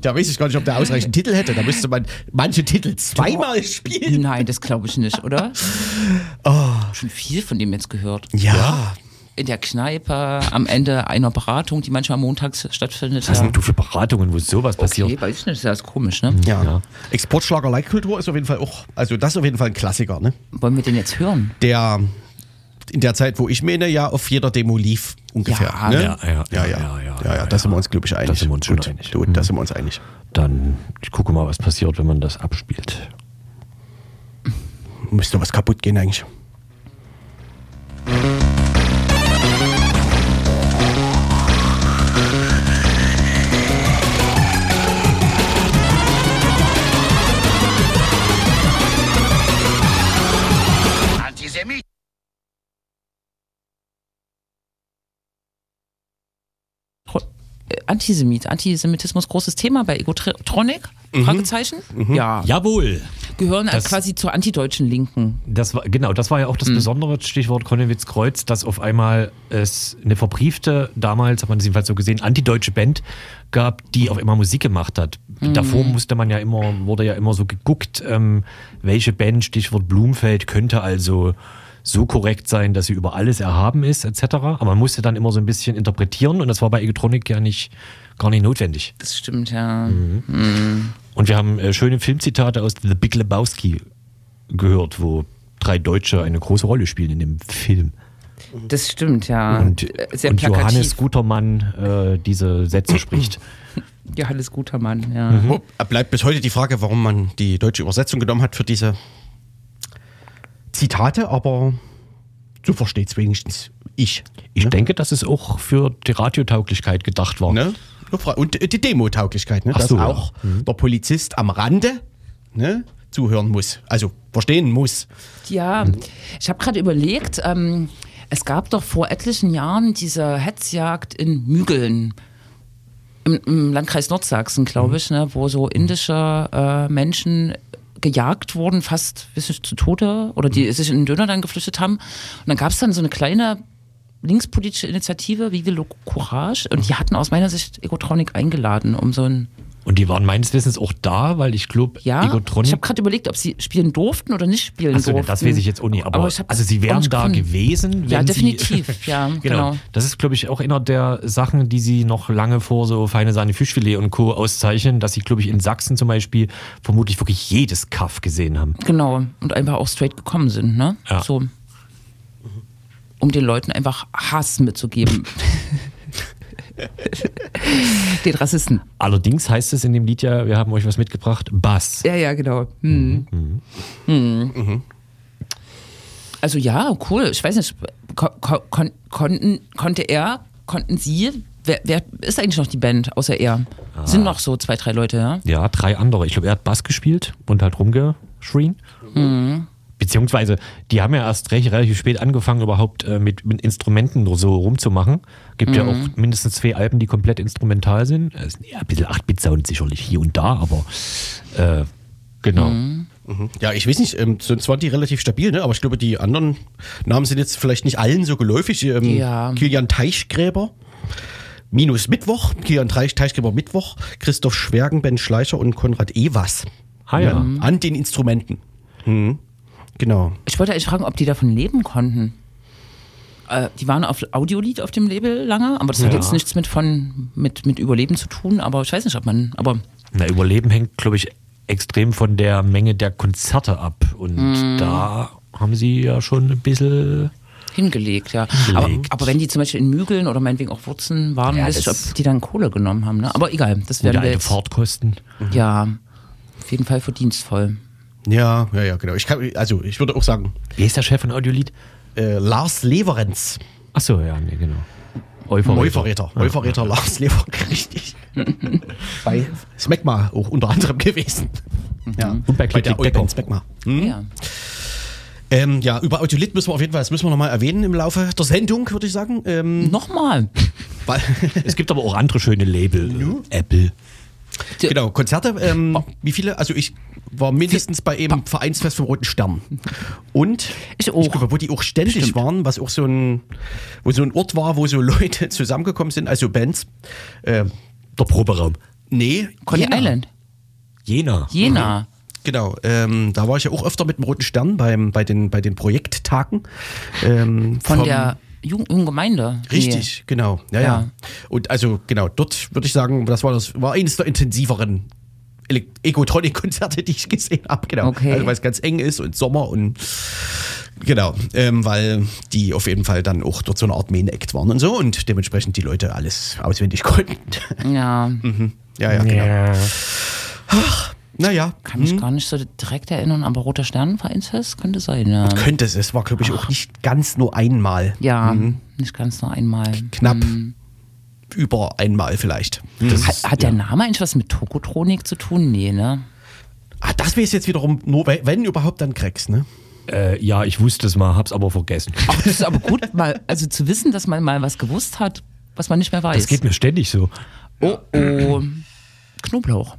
Speaker 1: da weiß ich gar nicht, ob der ausreichend Titel hätte. Da müsste man manche Titel zweimal spielen.
Speaker 2: Nein, das glaube ich nicht, oder?
Speaker 3: Oh.
Speaker 2: Schon viel von dem jetzt gehört.
Speaker 1: Ja.
Speaker 2: In der Kneipe, am Ende einer Beratung, die manchmal montags stattfindet.
Speaker 3: Was
Speaker 2: ja.
Speaker 3: sind du für Beratungen, wo sowas passiert?
Speaker 2: Okay, weiß ich nicht, das ist komisch, ne?
Speaker 1: Ja.
Speaker 3: Ja.
Speaker 1: Exportschlager Leitkultur ist auf jeden Fall auch, also das ist auf jeden Fall ein Klassiker, ne?
Speaker 2: Wollen wir den jetzt hören?
Speaker 1: der in der Zeit, wo ich meine, ja auf jeder Demo lief ungefähr.
Speaker 2: Ja,
Speaker 1: ne?
Speaker 3: ja, ja,
Speaker 1: ja, ja,
Speaker 3: ja,
Speaker 1: ja,
Speaker 3: ja,
Speaker 1: ja,
Speaker 3: ja,
Speaker 1: da sind wir uns glaube ich einig.
Speaker 3: sind wir uns schon
Speaker 1: Gut,
Speaker 3: einig. Mhm.
Speaker 1: Gut, da sind wir uns einig.
Speaker 3: Dann ich gucke mal, was passiert, wenn man das abspielt.
Speaker 1: Müsste was kaputt gehen eigentlich.
Speaker 4: Antisemit.
Speaker 2: Äh, Antisemit. Antisemitismus, großes Thema bei Egotronic? Fragezeichen? Ja.
Speaker 3: Jawohl.
Speaker 2: Gehören
Speaker 3: Mhm. Das-
Speaker 2: quasi zur antideutschen Linken.
Speaker 3: Das war, genau, das war ja auch das besondere Stichwort Konnewitz-Kreuz, dass auf einmal es eine verbriefte, damals hat man es jedenfalls so gesehen, antideutsche Band gab, die auf einmal Musik gemacht hat. Davor musste man ja immer, wurde ja immer so geguckt, ähm, welche Band, Stichwort Blumfeld, könnte also so korrekt sein, dass sie über alles erhaben ist, etc. Aber man musste dann immer so ein bisschen interpretieren und das war bei Egotronic ja nicht, gar nicht notwendig.
Speaker 2: Das stimmt, ja.
Speaker 3: Mhm. Und wir haben äh, schöne Filmzitate aus The Big Lebowski gehört, wo drei Deutsche eine große Rolle spielen in dem Film.
Speaker 2: Das stimmt, ja.
Speaker 3: Und,
Speaker 2: Äh, Sehr
Speaker 3: und
Speaker 2: plakativ.
Speaker 3: Johannes Gutermann äh, diese Sätze spricht.
Speaker 2: Johannes Gutermann, ja.
Speaker 3: Mhm.
Speaker 1: Wo bleibt bis heute die Frage, warum man die deutsche Übersetzung genommen hat für diese Zitate, aber so versteht's wenigstens ich.
Speaker 3: Ich
Speaker 1: ne?
Speaker 3: denke, dass es auch für die Radiotauglichkeit gedacht war.
Speaker 1: Ne? Nur Fra- Und äh, die Demo-Tauglichkeit, ne?
Speaker 3: Ach
Speaker 1: dass
Speaker 3: so, ja. Mhm.
Speaker 1: auch der Polizist am Rande ne? zuhören muss, also verstehen muss.
Speaker 2: Ja, ich habe gerade überlegt, ähm, es gab doch vor etlichen Jahren diese Hetzjagd in Mügeln. Im, im Landkreis Nordsachsen, glaube ich, ne, wo so indische äh, Menschen gejagt wurden, fast bis zu Tode oder die sich in den Döner dann geflüchtet haben. Und dann gab es dann so eine kleine linkspolitische Initiative, Vive le Courage, und die hatten aus meiner Sicht Egotronic eingeladen, um so ein
Speaker 3: Und die waren meines Wissens auch da, weil ich glaube,
Speaker 2: ja, ich habe
Speaker 3: Egotronic.
Speaker 2: gerade überlegt, ob sie spielen durften oder nicht spielen
Speaker 3: Achso, ne,
Speaker 2: durften.
Speaker 3: das weiß ich jetzt auch nicht. Aber,
Speaker 2: ich hab
Speaker 3: also
Speaker 2: das
Speaker 3: sie
Speaker 2: auch
Speaker 3: wären
Speaker 2: nicht
Speaker 3: da
Speaker 2: gefunden.
Speaker 3: gewesen. Wenn
Speaker 2: Ja,
Speaker 3: sie-
Speaker 2: definitiv. Ja, genau.
Speaker 3: Das ist, glaube ich, auch einer der Sachen, die sie noch lange vor so feine Sahne Fischfilet und Co. auszeichnen, dass sie, glaube ich, in Sachsen zum Beispiel vermutlich wirklich jedes Kaff gesehen haben.
Speaker 2: Genau. Und einfach auch straight gekommen sind, ne?
Speaker 3: Ja.
Speaker 2: So. Um den Leuten einfach Hass mitzugeben. den Rassisten.
Speaker 3: Allerdings heißt es in dem Lied ja, wir haben euch was mitgebracht, Bass.
Speaker 2: Ja, ja, genau. Hm. Also ja, cool. Ich weiß nicht, ko ko kon konnten, konnte er, konnten sie, wer, wer ist eigentlich noch die Band, außer er? Sind noch so zwei, drei Leute, ja?
Speaker 3: Ja, drei andere. Ich glaube, er hat Bass gespielt und halt rumgeschrien. Beziehungsweise, die haben ja erst recht, relativ spät angefangen, überhaupt äh, mit, mit Instrumenten so rumzumachen. Gibt ja auch mindestens zwei Alben, die komplett instrumental sind. Also, ja, ein bisschen 8-Bit-Sound sicherlich hier und da, aber äh, genau.
Speaker 1: Ja, ich weiß nicht, ähm, sonst waren die relativ stabil, ne? aber ich glaube, die anderen Namen sind jetzt vielleicht nicht allen so geläufig. Ähm,
Speaker 2: Ja.
Speaker 1: Kilian Teichgräber. Minus Mittwoch, Kilian Teich, Teichgräber Mittwoch, Christoph Schwergen, Ben Schleicher und Konrad Evers.
Speaker 3: Ah ja.
Speaker 1: An den Instrumenten. Hm. Genau.
Speaker 2: Ich wollte eigentlich fragen, ob die davon leben konnten. Äh, die waren auf Audiolied auf dem Label lange, aber das hat
Speaker 3: Ja.
Speaker 2: jetzt nichts mit von mit, mit Überleben zu tun, aber ich weiß nicht, ob man. Aber
Speaker 3: Na, Überleben hängt, glaube ich, extrem von der Menge der Konzerte ab. Und da haben sie ja schon ein bisschen.
Speaker 2: hingelegt, ja.
Speaker 3: Hingelegt.
Speaker 2: Aber, aber wenn die zum Beispiel in Mügeln oder meinetwegen auch Wurzen waren,
Speaker 3: Ja,
Speaker 2: weiß ich,
Speaker 3: das-
Speaker 2: ob die dann Kohle genommen haben. Ne? Aber egal, das
Speaker 3: Gute
Speaker 2: werden wir
Speaker 3: alte ne?
Speaker 2: jetzt.
Speaker 3: Fahrtkosten.
Speaker 2: Ja, auf jeden Fall verdienstvoll.
Speaker 1: Ja, ja, ja, genau. Ich kann, also ich würde auch sagen,
Speaker 3: Wie ist der Chef von Audiolied?
Speaker 1: äh, Lars Leverenz.
Speaker 3: Achso, ja, nee, genau. Euphor
Speaker 1: Neuverräter. Neuverräter Lars Leverenz, richtig. Bei Smegma auch unter anderem gewesen. Ja.
Speaker 3: Und bei Klick,
Speaker 1: der
Speaker 3: Klick,
Speaker 1: Oldband
Speaker 3: Decker.
Speaker 1: Smegma.
Speaker 3: Hm?
Speaker 2: Ja.
Speaker 1: Ähm, ja, über Autolit müssen wir auf jeden Fall, das müssen wir nochmal erwähnen im Laufe der Sendung, würde ich sagen. Ähm,
Speaker 2: Nochmal.
Speaker 1: weil,
Speaker 3: Es gibt aber auch andere schöne Label. Äh, Apple.
Speaker 1: genau, Konzerte, ähm, wie viele? Also ich war mindestens bei eben Vereinsfest vom Roten Stern. Und
Speaker 2: Ich auch.
Speaker 1: glaube, wo die auch ständig waren, was auch so ein, wo so ein Ort war, wo so Leute zusammengekommen sind, also Bands. Ähm,
Speaker 3: Der Proberaum.
Speaker 1: nee,
Speaker 2: Coney
Speaker 1: Jena.
Speaker 2: Island.
Speaker 3: Jena. Mhm.
Speaker 2: Jena.
Speaker 1: Genau, ähm, da war ich ja auch öfter mit dem Roten Stern beim, bei, den, bei den Projekttagen. Ähm,
Speaker 2: Von
Speaker 1: vom-
Speaker 2: der Jugend- jungen Gemeinde. Nee.
Speaker 1: Richtig, genau. Ja, ja,
Speaker 2: Ja.
Speaker 1: Und also genau, dort würde ich sagen, das war das war eines der intensiveren Ele- Egotronic-Konzerte, die ich gesehen habe. Genau.
Speaker 2: Okay.
Speaker 1: Also weil es ganz eng ist und Sommer und genau, ähm, weil die auf jeden Fall dann auch dort so eine Art Main-Act waren und so und dementsprechend die Leute alles auswendig konnten.
Speaker 2: Ja,
Speaker 3: Mhm.
Speaker 1: ja, ja, genau.
Speaker 3: Ja.
Speaker 1: Naja.
Speaker 2: kann mich gar nicht so direkt erinnern, aber Roter Stern Vereinsfest könnte sein. Ja.
Speaker 1: Könnte es, es war glaube ich auch nicht ganz nur einmal.
Speaker 2: Ja,
Speaker 3: Mhm.
Speaker 2: nicht ganz nur einmal.
Speaker 1: Knapp über einmal vielleicht.
Speaker 3: Das
Speaker 2: Hat, hat der Name eigentlich was mit Tokotronik zu tun? Nee, ne?
Speaker 1: Ah, das wäre jetzt wiederum nur, we- wenn überhaupt, dann Krex, ne?
Speaker 3: äh, ja, ich wusste es mal, hab's aber vergessen.
Speaker 2: Ach, das ist aber gut, mal, also zu wissen, dass man mal was gewusst hat, was man nicht mehr weiß.
Speaker 3: Das geht mir ständig so.
Speaker 2: Oh, oh. Knoblauch.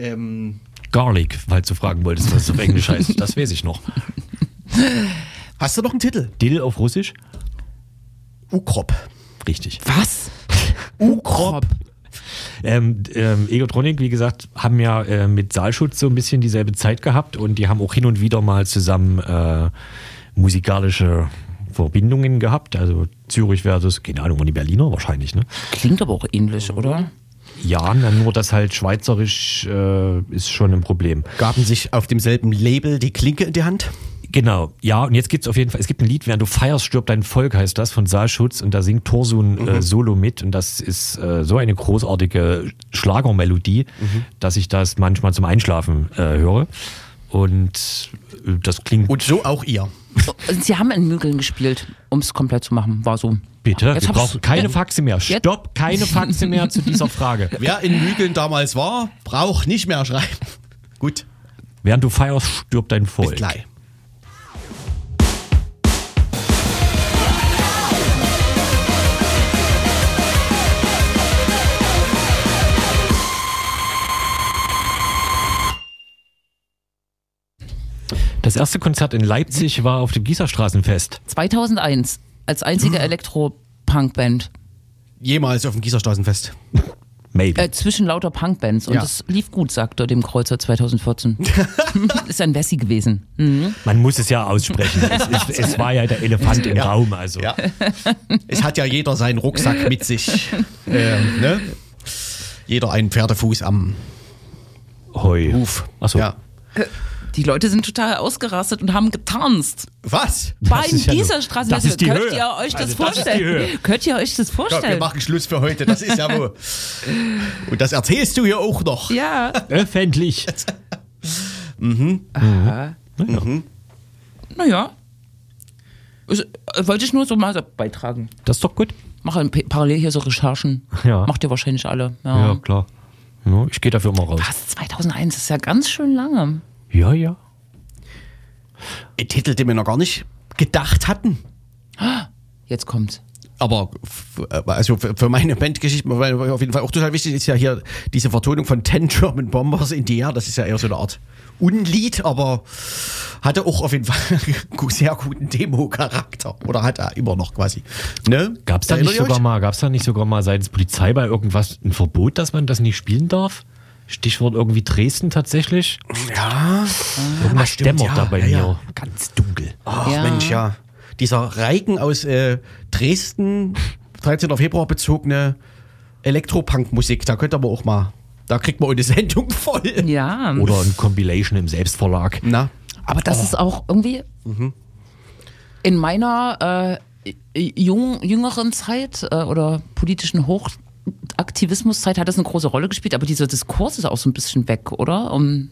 Speaker 1: Ähm,
Speaker 3: Garlic, falls du fragen wolltest, was es auf Englisch heißt. Das weiß ich noch.
Speaker 1: hast du noch einen Titel?
Speaker 3: Dill auf Russisch?
Speaker 1: Ukrop.
Speaker 3: Richtig.
Speaker 2: Was?
Speaker 1: Ukrop.
Speaker 3: Ähm, ähm, Egotronic, wie gesagt, haben ja äh, mit Saalschutz so ein bisschen dieselbe Zeit gehabt und die haben auch hin und wieder mal zusammen äh, musikalische Verbindungen gehabt. Also Zürich versus, keine Ahnung, waren die Berliner wahrscheinlich, ne?
Speaker 2: Klingt aber auch ähnlich, oder?
Speaker 3: Ja, na, nur das halt schweizerisch äh, ist schon ein Problem.
Speaker 1: Gaben sich auf demselben Label die Klinke in die Hand.
Speaker 3: Genau, ja, und jetzt gibt es auf jeden Fall, es gibt ein Lied, während du feierst, stirbt dein Volk, heißt das, von Saalschutz und da singt Torsun äh, Solo mit und das ist äh, so eine großartige Schlagermelodie, dass ich das manchmal zum Einschlafen äh, höre und äh, das klingt
Speaker 1: Und so auch ihr.
Speaker 2: Also, Sie haben in Mügeln gespielt, um es komplett zu machen. War so.
Speaker 3: Bitte,
Speaker 2: Jetzt
Speaker 3: wir
Speaker 2: hab's-
Speaker 3: brauchen keine Faxe mehr.
Speaker 2: Jetzt-
Speaker 3: Stopp, keine Faxe mehr zu dieser Frage.
Speaker 1: Wer in Mügeln damals war, braucht nicht mehr schreiben. Gut,
Speaker 3: Während du feierst, stirbt dein
Speaker 1: bis
Speaker 3: Volk.
Speaker 1: gleich.
Speaker 3: Das erste Konzert in Leipzig war auf dem Gießer Straßenfest.
Speaker 2: 2001 als
Speaker 3: Hm.
Speaker 2: einzige Elektro-Punk-Band.
Speaker 1: Jemals auf dem Gießerstraßenfest.
Speaker 3: Maybe.
Speaker 2: Äh, zwischen lauter Punk-Bands. Und
Speaker 1: Ja.
Speaker 2: das lief gut, sagt er dem Kreuzer 2014. Ist ein Wessi gewesen. Hm.
Speaker 3: Man muss es ja aussprechen. es, ist, es war ja der Elefant im Raum. Also.
Speaker 1: Ja. es hat ja jeder seinen Rucksack mit sich. Ähm, ne? Jeder einen Pferdefuß am
Speaker 3: Heu.
Speaker 1: Huf.
Speaker 3: Achso.
Speaker 1: Ja.
Speaker 2: Äh, Die Leute sind total ausgerastet und haben getanzt.
Speaker 1: Was?
Speaker 2: Bei
Speaker 3: ist ja
Speaker 2: dieser
Speaker 3: nur-
Speaker 2: Straße.
Speaker 3: das ist die
Speaker 2: Könnt
Speaker 3: Höhe.
Speaker 2: ihr euch das
Speaker 3: Also das ist die
Speaker 2: vorstellen?
Speaker 3: Höhe.
Speaker 2: Könnt ihr euch das
Speaker 1: Ja, wir
Speaker 2: vorstellen?
Speaker 1: machen Schluss für heute. Das ist ja wohl. Und das erzählst du hier auch noch.
Speaker 2: ja.
Speaker 3: Öffentlich.
Speaker 2: Naja. Ist- äh, Wollte ich nur so mal so beitragen.
Speaker 3: Das ist doch gut.
Speaker 2: Mache pa- parallel hier so Recherchen.
Speaker 3: Ja.
Speaker 2: Macht ihr wahrscheinlich alle.
Speaker 3: Ja,
Speaker 1: Ah.
Speaker 2: Ja.
Speaker 3: klar. Ja, ich gehe dafür mal raus.
Speaker 2: Was? 2001 ist ja ganz schön lange.
Speaker 3: Ja, ja.
Speaker 1: Ein Titel, den wir noch gar nicht gedacht hatten.
Speaker 2: Jetzt kommt's.
Speaker 1: Aber f- also für für meine Bandgeschichte, weil auf jeden Fall auch total wichtig ist ja hier diese Vertonung von Ten German Bombers in the Air. Das ist ja eher so eine Art Unlied, aber hatte auch auf jeden Fall einen sehr guten Demo-Charakter. Oder hat er immer noch quasi. Ne?
Speaker 3: Gab es da,
Speaker 1: Erinnert
Speaker 3: nicht
Speaker 1: ihr euch?
Speaker 3: sogar mal- gab's da nicht sogar mal seitens Polizei bei irgendwas ein Verbot, dass man das nicht spielen darf? Stichwort irgendwie Dresden tatsächlich.
Speaker 1: Ja.
Speaker 3: Irgendwas
Speaker 1: Ah, stimmt,
Speaker 3: dämmert
Speaker 1: ja,
Speaker 3: da bei
Speaker 1: ja,
Speaker 3: mir.
Speaker 1: ja.
Speaker 3: Ganz dunkel.
Speaker 1: Ach
Speaker 2: Ja.
Speaker 1: Mensch, ja. Dieser Reigen aus äh, Dresden, 13. Februar bezogene Elektropunk-Musik, da könnt ihr aber auch mal, da kriegt man eine Sendung voll.
Speaker 2: Ja.
Speaker 3: Oder ein Compilation im Selbstverlag.
Speaker 1: Na,
Speaker 2: Aber
Speaker 3: Ah.
Speaker 2: das ist auch irgendwie
Speaker 3: Mhm.
Speaker 2: in meiner äh, jung, jüngeren Zeit äh, oder politischen Hochaktivismuszeit hat das eine große Rolle gespielt, aber dieser Diskurs ist auch so ein bisschen weg, oder? Um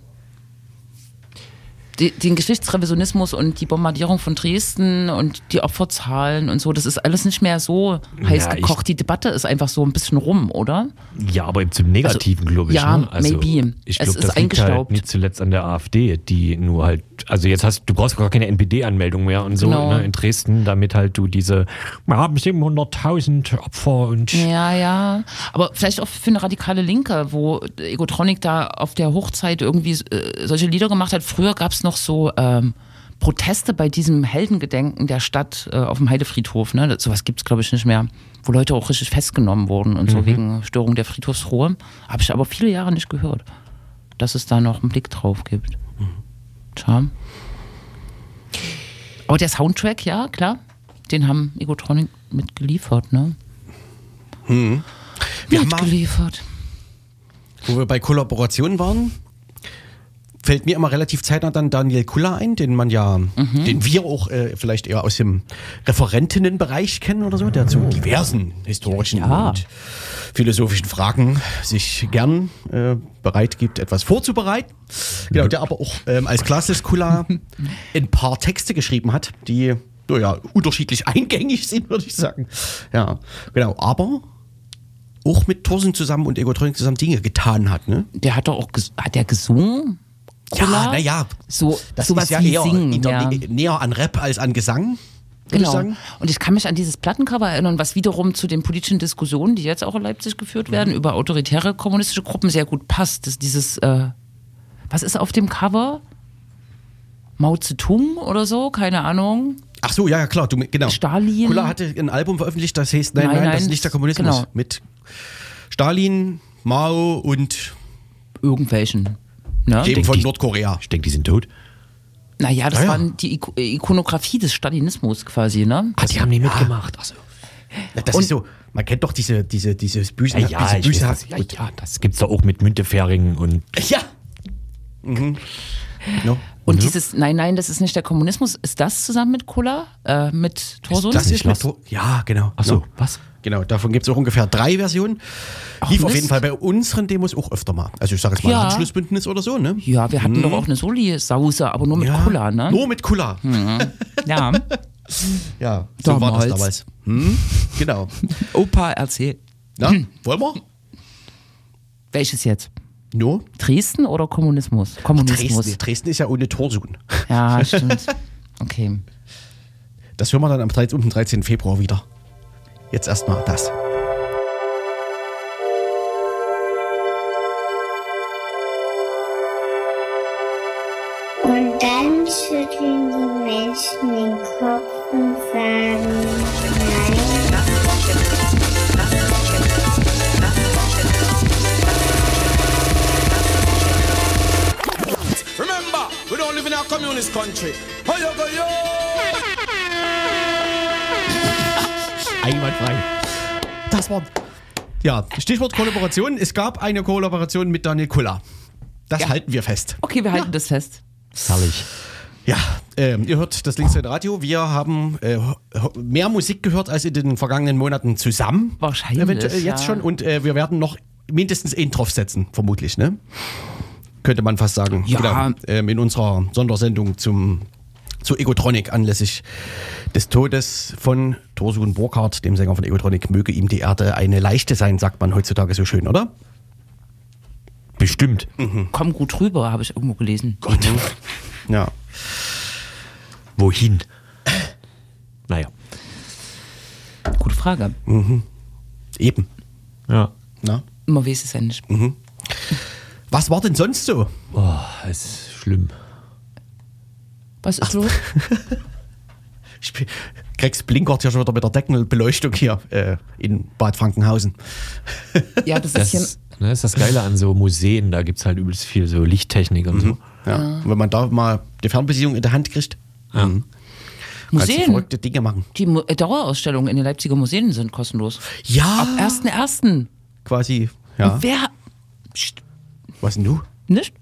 Speaker 2: de- den Geschichtsrevisionismus und die Bombardierung von Dresden und die Opferzahlen und so, das ist alles nicht mehr so heiß
Speaker 3: Ja, ich-
Speaker 2: gekocht. Die Debatte ist einfach so ein bisschen rum, oder?
Speaker 3: Ja, aber eben zum Negativen, glaube ich.
Speaker 2: ja,
Speaker 3: ne?
Speaker 2: maybe.
Speaker 3: Ich
Speaker 2: Es
Speaker 3: glaube,
Speaker 2: ist
Speaker 3: das liegt halt
Speaker 2: eingestaubt.
Speaker 3: nicht zuletzt an der AfD, die nur halt, also jetzt hast du brauchst gar keine NPD-Anmeldung mehr und so
Speaker 2: Genau.
Speaker 3: ne, in Dresden, damit halt du diese, wir haben 700.000 Opfer und
Speaker 2: Ja, ja. Aber vielleicht auch für eine radikale Linke, wo Egotronic da auf der Hochzeit irgendwie äh, solche Lieder gemacht hat. Früher gab es noch so ähm, Proteste bei diesem Heldengedenken der Stadt äh, auf dem Heidefriedhof. Ne? Das- Sowas gibt es, glaube ich, nicht mehr. Wo Leute auch richtig festgenommen wurden und so wegen Störung der Friedhofsruhe. Habe ich aber viele Jahre nicht gehört, dass es da noch einen Blick drauf gibt. Tja. Aber der Soundtrack, ja, klar. Den haben Egotronic mitgeliefert, ne?
Speaker 1: Hm. wir haben mal,
Speaker 2: mitgeliefert.
Speaker 1: wo wir bei Kollaborationen waren, fällt mir immer relativ zeitnah dann Daniel Kuller ein, den man ja, den wir auch äh, vielleicht eher aus dem Referentinnenbereich kennen oder so, der zu diversen historischen
Speaker 2: Ja.
Speaker 1: und philosophischen Fragen sich gern äh, bereit gibt, etwas vorzubereiten. Genau, der aber auch ähm, als klassisches Kuller ein paar Texte geschrieben hat, die naja, unterschiedlich eingängig sind, würde ich sagen. Ja, genau. Aber auch mit Thorsen zusammen und Egotronic zusammen Dinge getan hat, ne?
Speaker 2: Der hat doch auch ges hat der gesungen?
Speaker 1: Ja,
Speaker 2: Kulla?
Speaker 1: na ja.
Speaker 2: So,
Speaker 1: Das
Speaker 2: sowas
Speaker 1: ist ja
Speaker 2: wie
Speaker 1: eher
Speaker 2: singen,
Speaker 1: in äh, der
Speaker 2: ja. Genau.
Speaker 1: Nä- näher an Rap als an Gesang. würde ich sagen.
Speaker 2: Und ich kann mich an dieses Plattencover erinnern, was wiederum zu den politischen Diskussionen, die jetzt auch in Leipzig
Speaker 1: Mhm.
Speaker 2: geführt werden, über autoritäre kommunistische Gruppen sehr gut passt. Das dieses, äh, was ist auf dem Cover? Mao Zedong oder so, keine Ahnung.
Speaker 1: Ach so, ja, ja, klar, du, genau.
Speaker 2: Stalin.
Speaker 1: Kula hatte ein Album veröffentlicht, das heißt, nein,
Speaker 2: Nein,
Speaker 1: nein,
Speaker 2: nein,
Speaker 1: das ist nicht der Kommunismus.
Speaker 2: genau.
Speaker 1: Mit Stalin, Mao und
Speaker 2: Irgendwelchen. Ne?
Speaker 1: jedem
Speaker 3: denk
Speaker 1: von
Speaker 3: ich-
Speaker 1: Nordkorea.
Speaker 3: Ich denke, die sind tot.
Speaker 2: Naja, das
Speaker 1: Ah ja.
Speaker 2: war die Iko Ikonografie des Stalinismus quasi, ne?
Speaker 3: Ah, die haben die mitgemacht. Achso.
Speaker 1: Ja, das
Speaker 2: Und-
Speaker 1: ist so, man kennt doch diese, diese, dieses Bücher.
Speaker 3: Ja, ja, ich
Speaker 1: diese
Speaker 3: weiß, das, ja, ja, das gibt's da auch mit Müntefering und
Speaker 1: ja. Mhm. No.
Speaker 2: Und dieses, nein, nein, das ist nicht der Kommunismus, ist das zusammen mit Kula, äh, mit Torsun?
Speaker 1: Das
Speaker 3: nicht
Speaker 1: ist mit,
Speaker 3: was?
Speaker 1: Tor- ja, genau.
Speaker 3: Ach so,
Speaker 1: Ja.
Speaker 3: was?
Speaker 1: Genau, davon gibt es auch ungefähr drei Versionen. Lief auf
Speaker 2: Mist.
Speaker 1: jeden Fall bei unseren Demos auch öfter mal. Also ich sage jetzt mal
Speaker 2: Ja.
Speaker 1: Anschlussbündnis oder so, ne?
Speaker 2: Ja, wir hatten doch auch eine Soli-Sause, aber nur mit
Speaker 1: Ja.
Speaker 2: Kula, ne?
Speaker 1: Nur mit Kula.
Speaker 2: Ja.
Speaker 1: Ja, so war das
Speaker 2: Damals.
Speaker 1: damals. Hm? Genau.
Speaker 2: Opa, erzähl.
Speaker 1: Na, wollen wir?
Speaker 2: Welches jetzt?
Speaker 1: No.
Speaker 2: Dresden oder Kommunismus? Kommunismus.
Speaker 1: Dresden. Dresden ist ja ohne Torsun.
Speaker 2: Ja, stimmt. Okay.
Speaker 1: Das hören wir dann am 13, um den 13. Februar wieder. Jetzt erstmal das.
Speaker 5: Und dann schütteln die Menschen den Kopf und sagen, nein,
Speaker 6: Remember, we don't live in a communist country. Oh, yo, go, yo!
Speaker 1: Einwandfrei. Das war. Ja, Stichwort Kollaboration. Es gab eine Kollaboration mit Daniel Kulla. Das halten wir fest.
Speaker 2: Okay, wir halten das fest.
Speaker 3: Herrlich.
Speaker 1: Ja, ähm, ihr hört das Linksseite Radio. Wir haben äh, ho- mehr Musik gehört als in den vergangenen Monaten zusammen.
Speaker 2: Wahrscheinlich,
Speaker 1: Eventuell jetzt
Speaker 2: ja.
Speaker 1: schon. Und äh, wir werden noch mindestens einen drauf setzen, vermutlich, ne? Könnte man fast sagen.
Speaker 2: Ja.
Speaker 1: ähm, in unserer Sondersendung zum, zu Egotronic anlässlich des Todes von Thorsun Burkhardt, dem Sänger von Egotronic, möge ihm die Erde eine leichte sein, sagt man heutzutage so schön, oder?
Speaker 3: Bestimmt.
Speaker 2: Komm gut rüber, habe ich irgendwo gelesen.
Speaker 1: Gott. Ja.
Speaker 3: Wohin? naja.
Speaker 2: Gute Frage.
Speaker 1: Mhm. Eben.
Speaker 3: Ja.
Speaker 1: Na?
Speaker 2: Man weiß es ja nicht.
Speaker 1: Mhm. Was war denn sonst so?
Speaker 3: Boah, ist schlimm.
Speaker 2: Was ist los?
Speaker 1: Ich bin- Gregs blinkert ja schon wieder mit der Deckenbeleuchtung hier äh, in Bad Frankenhausen.
Speaker 2: Ja, das ist
Speaker 3: Das
Speaker 2: hier.
Speaker 3: ist, ne, ist das Geile an so Museen. Da gibt's halt übelst viel so Lichttechnik und so.
Speaker 1: Ja. Und Wenn man da mal die Fernbedienung in der Hand kriegt, mhm, kannst du
Speaker 2: Museen.
Speaker 1: verrückte Dinge machen.
Speaker 2: Die Mu- äh, Dauerausstellungen in den Leipziger Museen sind kostenlos.
Speaker 1: Ja,
Speaker 2: Ab 1.1.
Speaker 1: äh, quasi. Ja.
Speaker 2: Wer. Psst,
Speaker 1: Was denn du?
Speaker 2: nicht?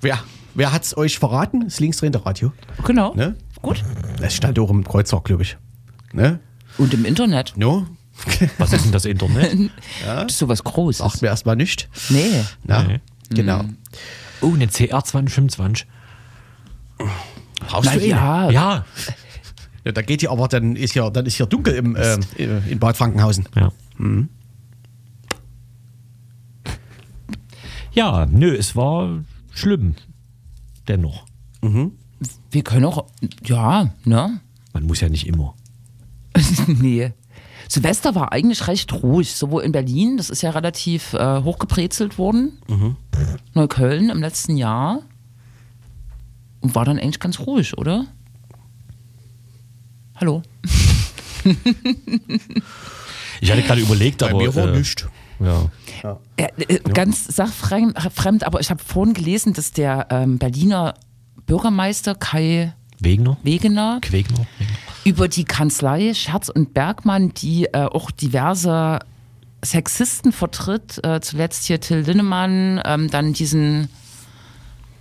Speaker 1: Wer, wer hat's euch verraten? Das linksdrehende Radio.
Speaker 2: Genau.
Speaker 1: Ne?
Speaker 2: Gut.
Speaker 1: Das stand auch im Kreuzer, glaube ich. Ne?
Speaker 2: Und im Internet.
Speaker 1: No?
Speaker 3: Was ist denn das Internet?
Speaker 1: Ne?
Speaker 2: Das ist sowas Großes.
Speaker 1: Sagt mir erstmal nicht.
Speaker 2: Nee.
Speaker 1: Na? Genau.
Speaker 3: Oh, eine CR2025.
Speaker 1: Brauchst du eh?
Speaker 2: ja,
Speaker 3: Ja.
Speaker 1: ja. Da geht ja aber, dann ist ja, dann ist ja dunkel im, ähm, in Bad Frankenhausen.
Speaker 3: Ja.
Speaker 1: Mhm.
Speaker 3: Ja, nö, es war schlimm. Dennoch.
Speaker 2: wir können auch. Ja, ne?
Speaker 3: Man muss ja nicht immer.
Speaker 2: nee. Silvester war eigentlich recht ruhig, sowohl in Berlin, das ist ja relativ äh, hochgebrezelt worden,
Speaker 1: Mhm.
Speaker 2: Neukölln im letzten Jahr. Und war dann eigentlich ganz ruhig, oder? Hallo?
Speaker 3: Ich hatte gerade überlegt,
Speaker 1: Bei
Speaker 3: aber.
Speaker 1: mir war
Speaker 3: äh,
Speaker 1: nichts.
Speaker 3: Ja.
Speaker 2: Äh, äh, Ganz sachfremd, fremd, aber ich habe vorhin gelesen, dass der ähm, Berliner Bürgermeister Kai
Speaker 3: Wegner?
Speaker 2: Wegener
Speaker 3: Quegner? Wegner.
Speaker 2: über die Kanzlei Scherz und Bergmann, die äh, auch diverse Sexisten vertritt, äh, zuletzt hier Till Linnemann, ähm, dann diesen.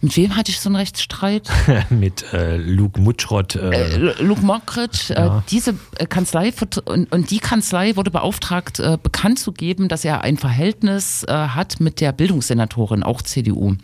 Speaker 2: Mit wem hatte ich so einen Rechtsstreit?
Speaker 3: mit äh, Luke Mutschrott.
Speaker 2: Äh,
Speaker 3: Äh,
Speaker 2: Lu- Luke Mockridge, äh, diese äh, Kanzlei vert- und, und die Kanzlei wurde beauftragt, äh, bekannt zu geben, dass er ein Verhältnis äh, hat mit der Bildungssenatorin, auch CDU.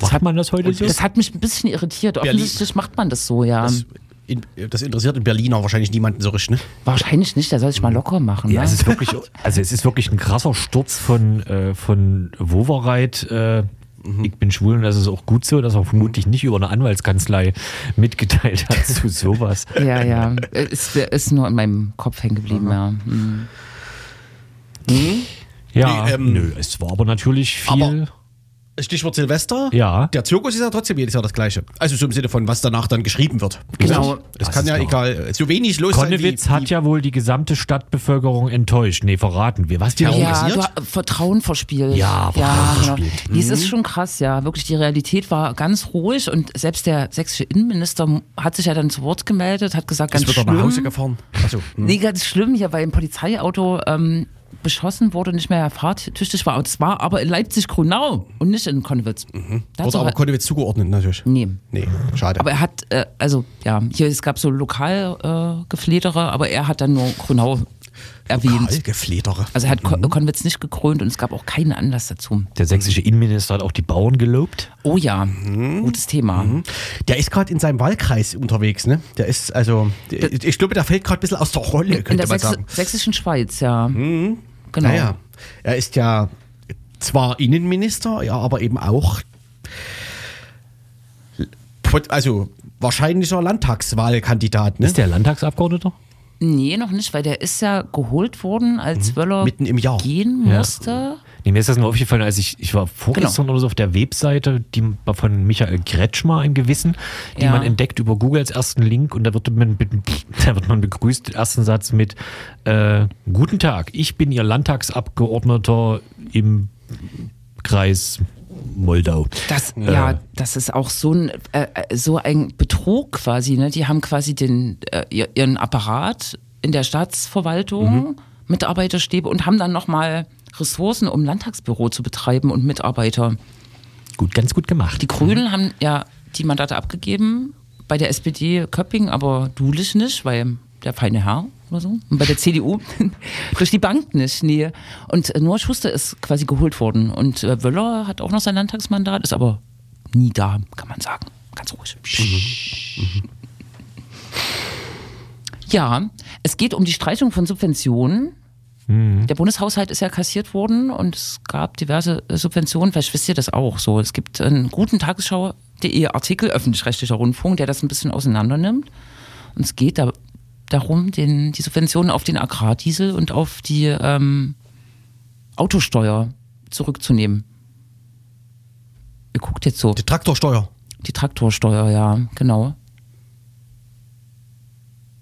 Speaker 3: macht man das heute so?
Speaker 2: Das hat mich ein bisschen irritiert. Offensichtlich macht man das so, ja.
Speaker 1: Das, in, das interessiert in Berliner wahrscheinlich niemanden so richtig, ne?
Speaker 2: Wahrscheinlich nicht, da soll ich mal locker machen.
Speaker 3: ja,
Speaker 2: ne?
Speaker 3: es ist wirklich, also es ist wirklich ein krasser Sturz von, äh, von Wovereit äh,
Speaker 1: Mhm.
Speaker 3: ich bin schwul und das ist auch gut so, dass er vermutlich nicht über eine Anwaltskanzlei mitgeteilt hat zu sowas.
Speaker 1: Äh,
Speaker 2: Ja, ja. Ist, ist nur in meinem Kopf hängen geblieben, ja. Hm.
Speaker 3: Ja,
Speaker 1: Nee, ähm,
Speaker 3: nö, es war aber natürlich viel.
Speaker 1: aber- halt Stichwort Silvester.
Speaker 3: Ja.
Speaker 1: Der Zirkus ist ja trotzdem jedes Jahr das gleiche. Also so im Sinne von, was danach dann geschrieben wird.
Speaker 2: Genau.
Speaker 1: Es
Speaker 3: Das
Speaker 1: kann
Speaker 3: ist
Speaker 1: ja
Speaker 3: klar.
Speaker 1: egal, so wenig los
Speaker 3: Konnewitz
Speaker 1: sein wie,
Speaker 3: hat ja wohl die gesamte Stadtbevölkerung enttäuscht. Nee, verraten wir. Was die
Speaker 2: Ja,
Speaker 1: organisiert?
Speaker 2: du, Vertrauen verspielt.
Speaker 3: Ja, Vertrauen verspielt.
Speaker 2: Ja. genau.
Speaker 1: Mhm.
Speaker 2: Nee, es ist schon krass, ja. Wirklich, die Realität war ganz ruhig und selbst der sächsische Innenminister hat sich ja dann zu Wort gemeldet, hat gesagt, ganz
Speaker 1: Es wird doch
Speaker 2: schlimm. Hm.
Speaker 1: nach Hause gefahren. Also,
Speaker 2: Nee, ganz schlimm hier, weil ein Polizeiauto ähm, beschossen wurde, nicht mehr fahrtüchtig war. Und zwar aber in Leipzig-Grünau und nicht in Konwitz. Da hat's
Speaker 1: Mhm. wurde aber
Speaker 2: aber,
Speaker 1: Konnewitz zugeordnet natürlich.
Speaker 2: Also nee.
Speaker 1: Nee, schade.
Speaker 2: aber er hat, äh, also ja, hier es gab so Lokalgefledere, äh, Gefledere, aber er hat dann nur Grünau erwähnt.
Speaker 1: Kalkgefledere.
Speaker 2: Also er hat Kon
Speaker 1: Mhm.
Speaker 2: Konwitz nicht gekrönt und es gab auch keinen Anlass dazu.
Speaker 3: Der sächsische Innenminister hat auch die Bauern gelobt.
Speaker 2: Oh ja,
Speaker 1: Mhm.
Speaker 2: gutes Thema.
Speaker 1: Der ist gerade in seinem Wahlkreis unterwegs, ne? Der ist, also, ich glaube, der fällt gerade ein bisschen aus der Rolle,
Speaker 2: In
Speaker 1: könnte
Speaker 2: der
Speaker 1: man
Speaker 2: Sächs-
Speaker 1: sagen. Mhm. Ah
Speaker 2: sächsischen Schweiz, ja. Genau.
Speaker 1: Naja, er ist ja zwar Innenminister, ja, aber eben auch, pot- also wahrscheinlicher Landtagswahlkandidat, ne?
Speaker 3: Ist der Landtagsabgeordneter?
Speaker 2: Nee, noch nicht, weil der ist ja geholt worden, als Wöller
Speaker 1: Mhm. Mitten im Jahr.
Speaker 2: gehen
Speaker 3: Ja.
Speaker 2: musste.
Speaker 3: Nee, mir ist das nur aufgefallen, als ich, ich war vorgestern oder so auf der Webseite die von Michael Kretschmer, einem Gewissen, die
Speaker 2: Ja.
Speaker 3: man entdeckt über Google als ersten Link und da wird man, be- da wird man begrüßt, den ersten Satz mit äh, Guten Tag, ich bin Ihr Landtagsabgeordneter im Kreis Moldau.
Speaker 2: Das,
Speaker 3: Äh,
Speaker 2: ja, das ist auch so ein, äh, äh, so ein Betrug quasi. Ne? Die haben quasi den, äh, ihr- ihren Apparat in der Staatsverwaltung, Mitarbeiterstäbe und haben dann nochmal Ressourcen, um Landtagsbüro zu betreiben und Mitarbeiter.
Speaker 3: Gut, ganz gut gemacht.
Speaker 2: Die Grünen haben ja die Mandate abgegeben, bei der SPD Köpping, aber Dulich nicht, weil der feine Herr oder so. Und bei der CDU durch die Bank nicht, nee. Und äh, nur Schuster ist quasi geholt worden. Und äh, Wöller hat auch noch sein Landtagsmandat, ist aber nie da, kann man sagen. Ganz ruhig. Ja, es geht um die Streichung von Subventionen. Der Bundeshaushalt ist ja kassiert worden und es gab diverse äh, Subventionen. Vielleicht wisst ihr das auch so. Es gibt einen guten Tagesschau.de Artikel, öffentlich-rechtlicher Rundfunk, der das ein bisschen auseinander nimmt. Und es geht da, darum, den, die Subventionen auf den Agrardiesel und auf die ähm, Autosteuer zurückzunehmen. Ihr guckt jetzt so.
Speaker 1: Die Traktorsteuer.
Speaker 2: Die Traktorsteuer, ja, genau.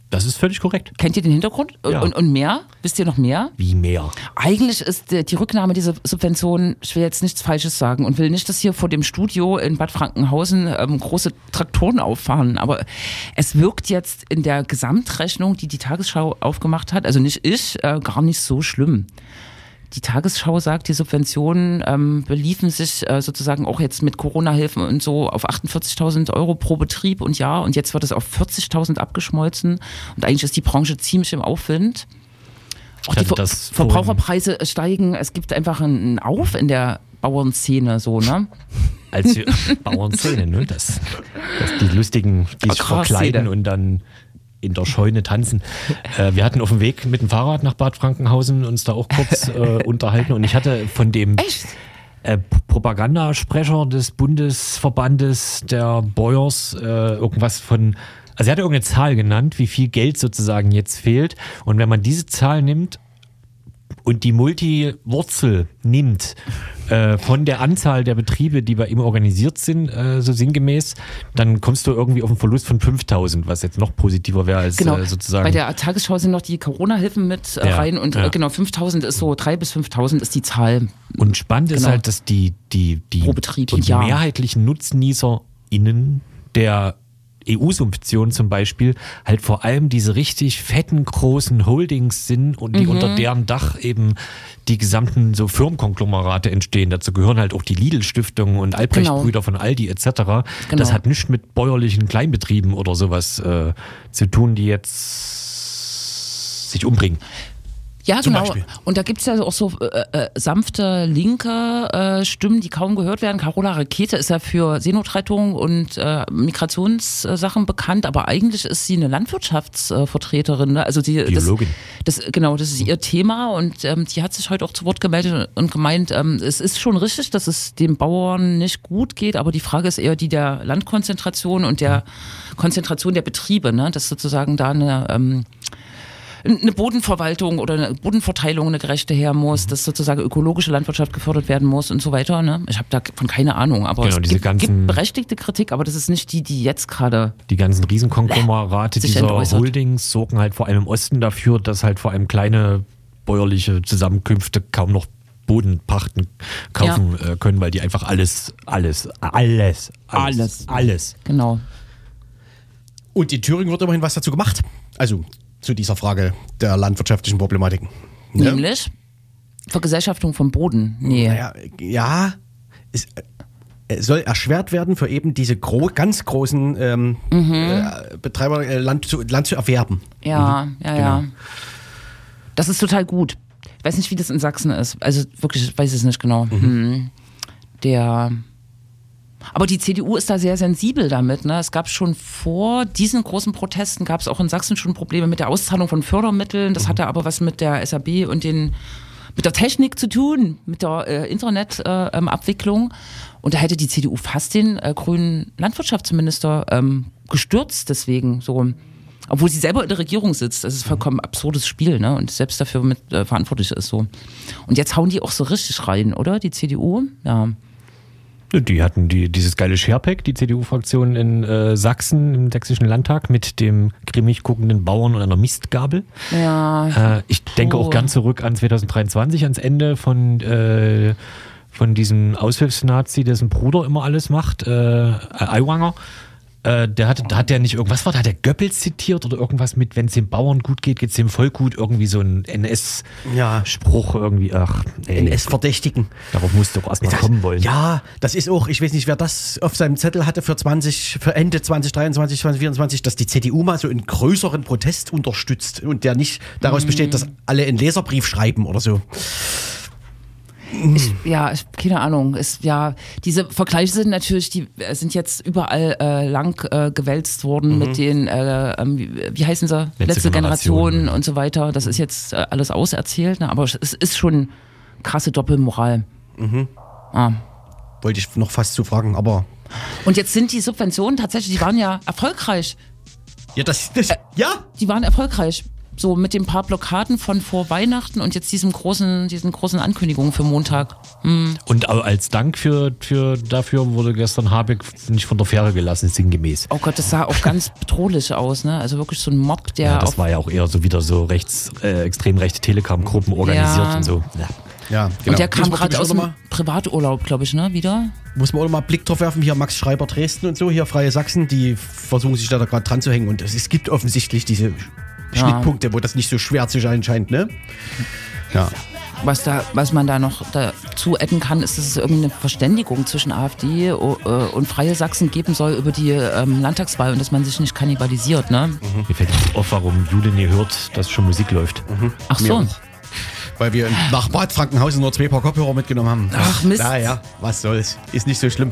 Speaker 3: Das ist völlig korrekt.
Speaker 2: Kennt ihr den Hintergrund?
Speaker 3: Ja.
Speaker 2: Und, und mehr? Wisst ihr noch mehr?
Speaker 3: Wie mehr?
Speaker 2: Eigentlich ist äh, die Rücknahme dieser Subventionen, ich will jetzt nichts Falsches sagen und will nicht, dass hier vor dem Studio in Bad Frankenhausen ähm, große Traktoren auffahren, aber es wirkt jetzt in der Gesamtrechnung, die die Tagesschau aufgemacht hat, also nicht ich, äh, gar nicht so schlimm. Die Tagesschau sagt, die Subventionen ähm, beliefen sich äh, sozusagen auch jetzt mit Corona-Hilfen und so auf 48.000 Euro pro Betrieb und Jahr und jetzt wird es auf 40.000 abgeschmolzen und eigentlich ist die Branche ziemlich im Aufwind. Auch
Speaker 3: Ich
Speaker 2: die
Speaker 3: hatte
Speaker 2: Ver
Speaker 3: das vorhin-
Speaker 2: Verbraucherpreise steigen. Es gibt einfach einen Auf in der Bauernszene, so, ne?
Speaker 3: Äh, Als wir Bauernszene, ne? Das, das die lustigen, die sich
Speaker 2: Agrarszene.
Speaker 3: verkleiden und dann in der Scheune tanzen. Äh, wir hatten auf dem Weg mit dem Fahrrad nach Bad Frankenhausen uns da auch kurz äh, unterhalten und ich hatte von dem äh, P- Propagandasprecher des Bundesverbandes der Bäuers äh, irgendwas von, also er hat irgendeine Zahl genannt, wie viel Geld sozusagen jetzt fehlt. Und wenn man diese Zahl nimmt und die Multiwurzel nimmt äh, von der Anzahl der Betriebe, die bei ihm organisiert sind, äh, so sinngemäß, dann kommst du irgendwie auf einen Verlust von 5000, was jetzt noch positiver wäre als
Speaker 2: Genau.
Speaker 3: äh, sozusagen.
Speaker 2: Bei der Tagesschau sind noch die Corona-Hilfen mit äh,
Speaker 3: Ja,
Speaker 2: rein und
Speaker 3: ja.
Speaker 2: äh, genau 5000 ist so, 3 bis 5000 ist die Zahl.
Speaker 3: Und spannend ist
Speaker 2: Genau.
Speaker 3: halt, dass die, die, die,
Speaker 2: Pro Betrieb
Speaker 3: die
Speaker 2: und Jahr.
Speaker 3: mehrheitlichen NutznießerInnen der EU-Subvention zum Beispiel halt vor allem diese richtig fetten, großen Holdings sind und die
Speaker 2: Mhm.
Speaker 3: unter deren Dach eben die gesamten so Firmenkonglomerate entstehen. Dazu gehören halt auch die Lidl-Stiftung
Speaker 2: Genau.
Speaker 3: und Albrecht-Brüder von Aldi etc. Das hat nichts mit bäuerlichen Kleinbetrieben oder sowas äh, zu tun, die jetzt sich umbringen.
Speaker 2: Ja,
Speaker 1: Zum
Speaker 2: genau.
Speaker 1: Beispiel.
Speaker 2: Und da gibt es ja auch so äh, äh, sanfte linke äh, Stimmen, die kaum gehört werden. Carola Rakete ist ja für Seenotrettung und äh, Migrationssachen bekannt, aber eigentlich ist sie eine Landwirtschaftsvertreterin. Ne? Also die,
Speaker 3: Biologin.
Speaker 2: Das, das, genau, das ist
Speaker 1: Mhm.
Speaker 2: ihr Thema und ähm, die hat sich heute auch zu Wort gemeldet und gemeint, ähm, es ist schon richtig, dass es den Bauern nicht gut geht, aber die Frage ist eher die der Landkonzentration und der Konzentration der Betriebe, ne? dass sozusagen da eine... Ähm, eine Bodenverwaltung oder eine Bodenverteilung eine gerechte her muss, dass sozusagen ökologische Landwirtschaft gefördert werden muss und so weiter. Ne? Ich habe davon keine Ahnung, aber
Speaker 3: Genau,
Speaker 2: es
Speaker 3: diese
Speaker 2: gibt,
Speaker 3: ganzen-
Speaker 2: gibt berechtigte Kritik, aber das ist nicht die, die jetzt gerade.
Speaker 3: die ganzen Riesenkonglomerate
Speaker 2: Sich
Speaker 3: dieser
Speaker 2: entäußert.
Speaker 3: Holdings sorgen halt vor allem im Osten dafür, dass halt vor allem kleine bäuerliche Zusammenkünfte kaum noch Boden pachten kaufen äh, können, weil die einfach alles, alles, alles, alles,
Speaker 2: Alles.
Speaker 3: alles.
Speaker 2: Genau.
Speaker 1: Und in Thüringen wird immerhin was dazu gemacht. Also zu dieser Frage der landwirtschaftlichen Problematiken. Ne?
Speaker 2: Nämlich Vergesellschaftung vom Boden. Nee.
Speaker 1: Naja, ja, es, äh, soll erschwert werden für eben diese gro ganz großen ähm,
Speaker 3: Mhm.
Speaker 1: äh, Betreiber, äh, Land, zu, Land zu erwerben.
Speaker 2: Ja,
Speaker 3: Mhm.
Speaker 2: ja, ja.
Speaker 3: Genau.
Speaker 2: Das ist total gut. Ich weiß nicht, wie das in Sachsen ist. Also wirklich, ich weiß es nicht genau.
Speaker 3: Mhm.
Speaker 2: Hm. Der. Aber die CDU ist da sehr sensibel damit. Ne? Es gab schon vor diesen großen Protesten, gab es auch in Sachsen schon Probleme mit der Auszahlung von Fördermitteln. Das hatte aber was mit der SAB und den, mit der Technik zu tun, mit der äh, Internetabwicklung. Äh, ähm, Abwicklung. und da hätte die CDU fast den äh, grünen Landwirtschaftsminister ähm, gestürzt deswegen. So. Obwohl sie selber in der Regierung sitzt. Das ist vollkommen absurdes Spiel ne? und selbst dafür mit äh, verantwortlich ist. so. Und jetzt hauen die auch so richtig rein, oder? Die CDU? Ja.
Speaker 3: Die hatten die, dieses geile Sherpack, die CDU-Fraktion in äh, Sachsen, im sächsischen Landtag, mit dem grimmig guckenden Bauern und einer Mistgabel.
Speaker 2: Ja.
Speaker 3: Äh, ich denke auch ganz zurück an 2023, ans Ende von, äh, von diesem Aushilfsnazi, dessen Bruder immer alles macht, äh, Aiwanger. Äh, der hat, hat der nicht irgendwas, war, da hat der Goebbels zitiert oder irgendwas mit, wenn es den Bauern gut geht, geht es dem Volk gut, irgendwie so ein
Speaker 1: Ja.
Speaker 3: NS-Spruch irgendwie, ach, ey,
Speaker 1: NS-Verdächtigen.
Speaker 3: darauf musst du auch erstmal kommen wollen.
Speaker 1: Ja, das ist auch, ich weiß nicht, wer das auf seinem Zettel hatte für 20, für Ende 2023, 2024, dass die CDU mal so einen größeren Protest unterstützt und der nicht daraus besteht, dass alle einen Leserbrief schreiben oder so.
Speaker 2: ja, ich, keine Ahnung. Ist, ja, diese Vergleiche sind natürlich, die äh, sind jetzt überall äh, lang äh, gewälzt worden mit den, äh, ähm, wie, wie heißen sie?
Speaker 3: Mhm. Letzte
Speaker 2: Generation,
Speaker 3: Generation, ja.
Speaker 2: und so weiter. Das ist jetzt äh, alles auserzählt, ne? aber es ist schon krasse Doppelmoral.
Speaker 3: Mhm.
Speaker 2: Ah.
Speaker 1: Wollte ich noch fast zu fragen, aber.
Speaker 2: Und jetzt sind die Subventionen tatsächlich, die waren ja erfolgreich.
Speaker 1: Ja, das, das ja,
Speaker 2: Die waren erfolgreich. So mit den paar Blockaden von vor Weihnachten und jetzt diesem großen, diesen großen Ankündigungen für Montag.
Speaker 3: Und au- als Dank für, für dafür wurde gestern Habeck nicht von der Fähre gelassen, sinngemäß.
Speaker 2: Oh Gott, das sah auch ganz bedrohlich aus, ne? Also wirklich so ein Mob, der
Speaker 3: Ja,
Speaker 2: auf
Speaker 3: das war ja auch eher so wieder so rechts, äh, extrem rechte Telegram-Gruppen organisiert
Speaker 2: Ja.
Speaker 3: und so. Ja.
Speaker 1: Ja, genau.
Speaker 2: Und der kam
Speaker 1: Muss man, glaub ich,
Speaker 2: gerade
Speaker 1: auch
Speaker 2: aus
Speaker 1: noch
Speaker 2: dem
Speaker 1: mal-
Speaker 2: Privaturlaub, glaube ich, ne? Wieder?
Speaker 1: Muss man auch noch mal einen Blick drauf werfen, hier Max Schreiber Dresden und so, hier Freie Sachsen, die versuchen sich da gerade dran zu hängen. Und es, es gibt offensichtlich diese Schnittpunkte, wo das nicht so schwer zu sein scheint, ne? Ja.
Speaker 2: Was, da, was man da noch dazu adden kann, ist, dass es irgendeine Verständigung zwischen AfD o- äh, und Freie Sachsen geben soll über die ähm, Landtagswahl und dass man sich nicht kannibalisiert, ne?
Speaker 1: Mhm.
Speaker 3: Mir fällt jetzt auf, warum Jule nie hört, dass schon Musik läuft.
Speaker 2: Ach so.
Speaker 1: Weil wir nach Bad Frankenhausen nur zwei Paar Kopfhörer mitgenommen haben.
Speaker 2: Ach, Mist.
Speaker 1: Naja, was soll's. Ist nicht so schlimm.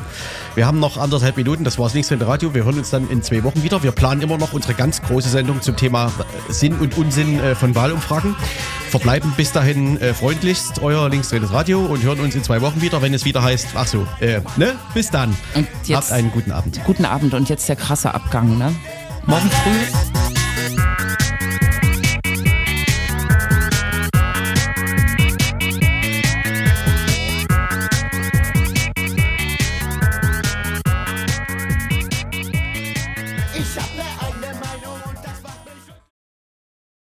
Speaker 1: Wir haben noch anderthalb Minuten, das war's nächste Radio. Wir hören uns dann in zwei Wochen wieder. Wir planen immer noch unsere ganz große Sendung zum Thema Sinn und Unsinn äh, von Wahlumfragen. Verbleiben bis dahin äh, freundlichst euer linksdrehendes Radio und hören uns in zwei Wochen wieder, wenn es wieder heißt, ach so, äh, ne? Bis dann.
Speaker 2: Und jetzt-
Speaker 1: Habt einen guten Abend.
Speaker 2: Guten Abend und jetzt der krasse Abgang, ne? Morgen früh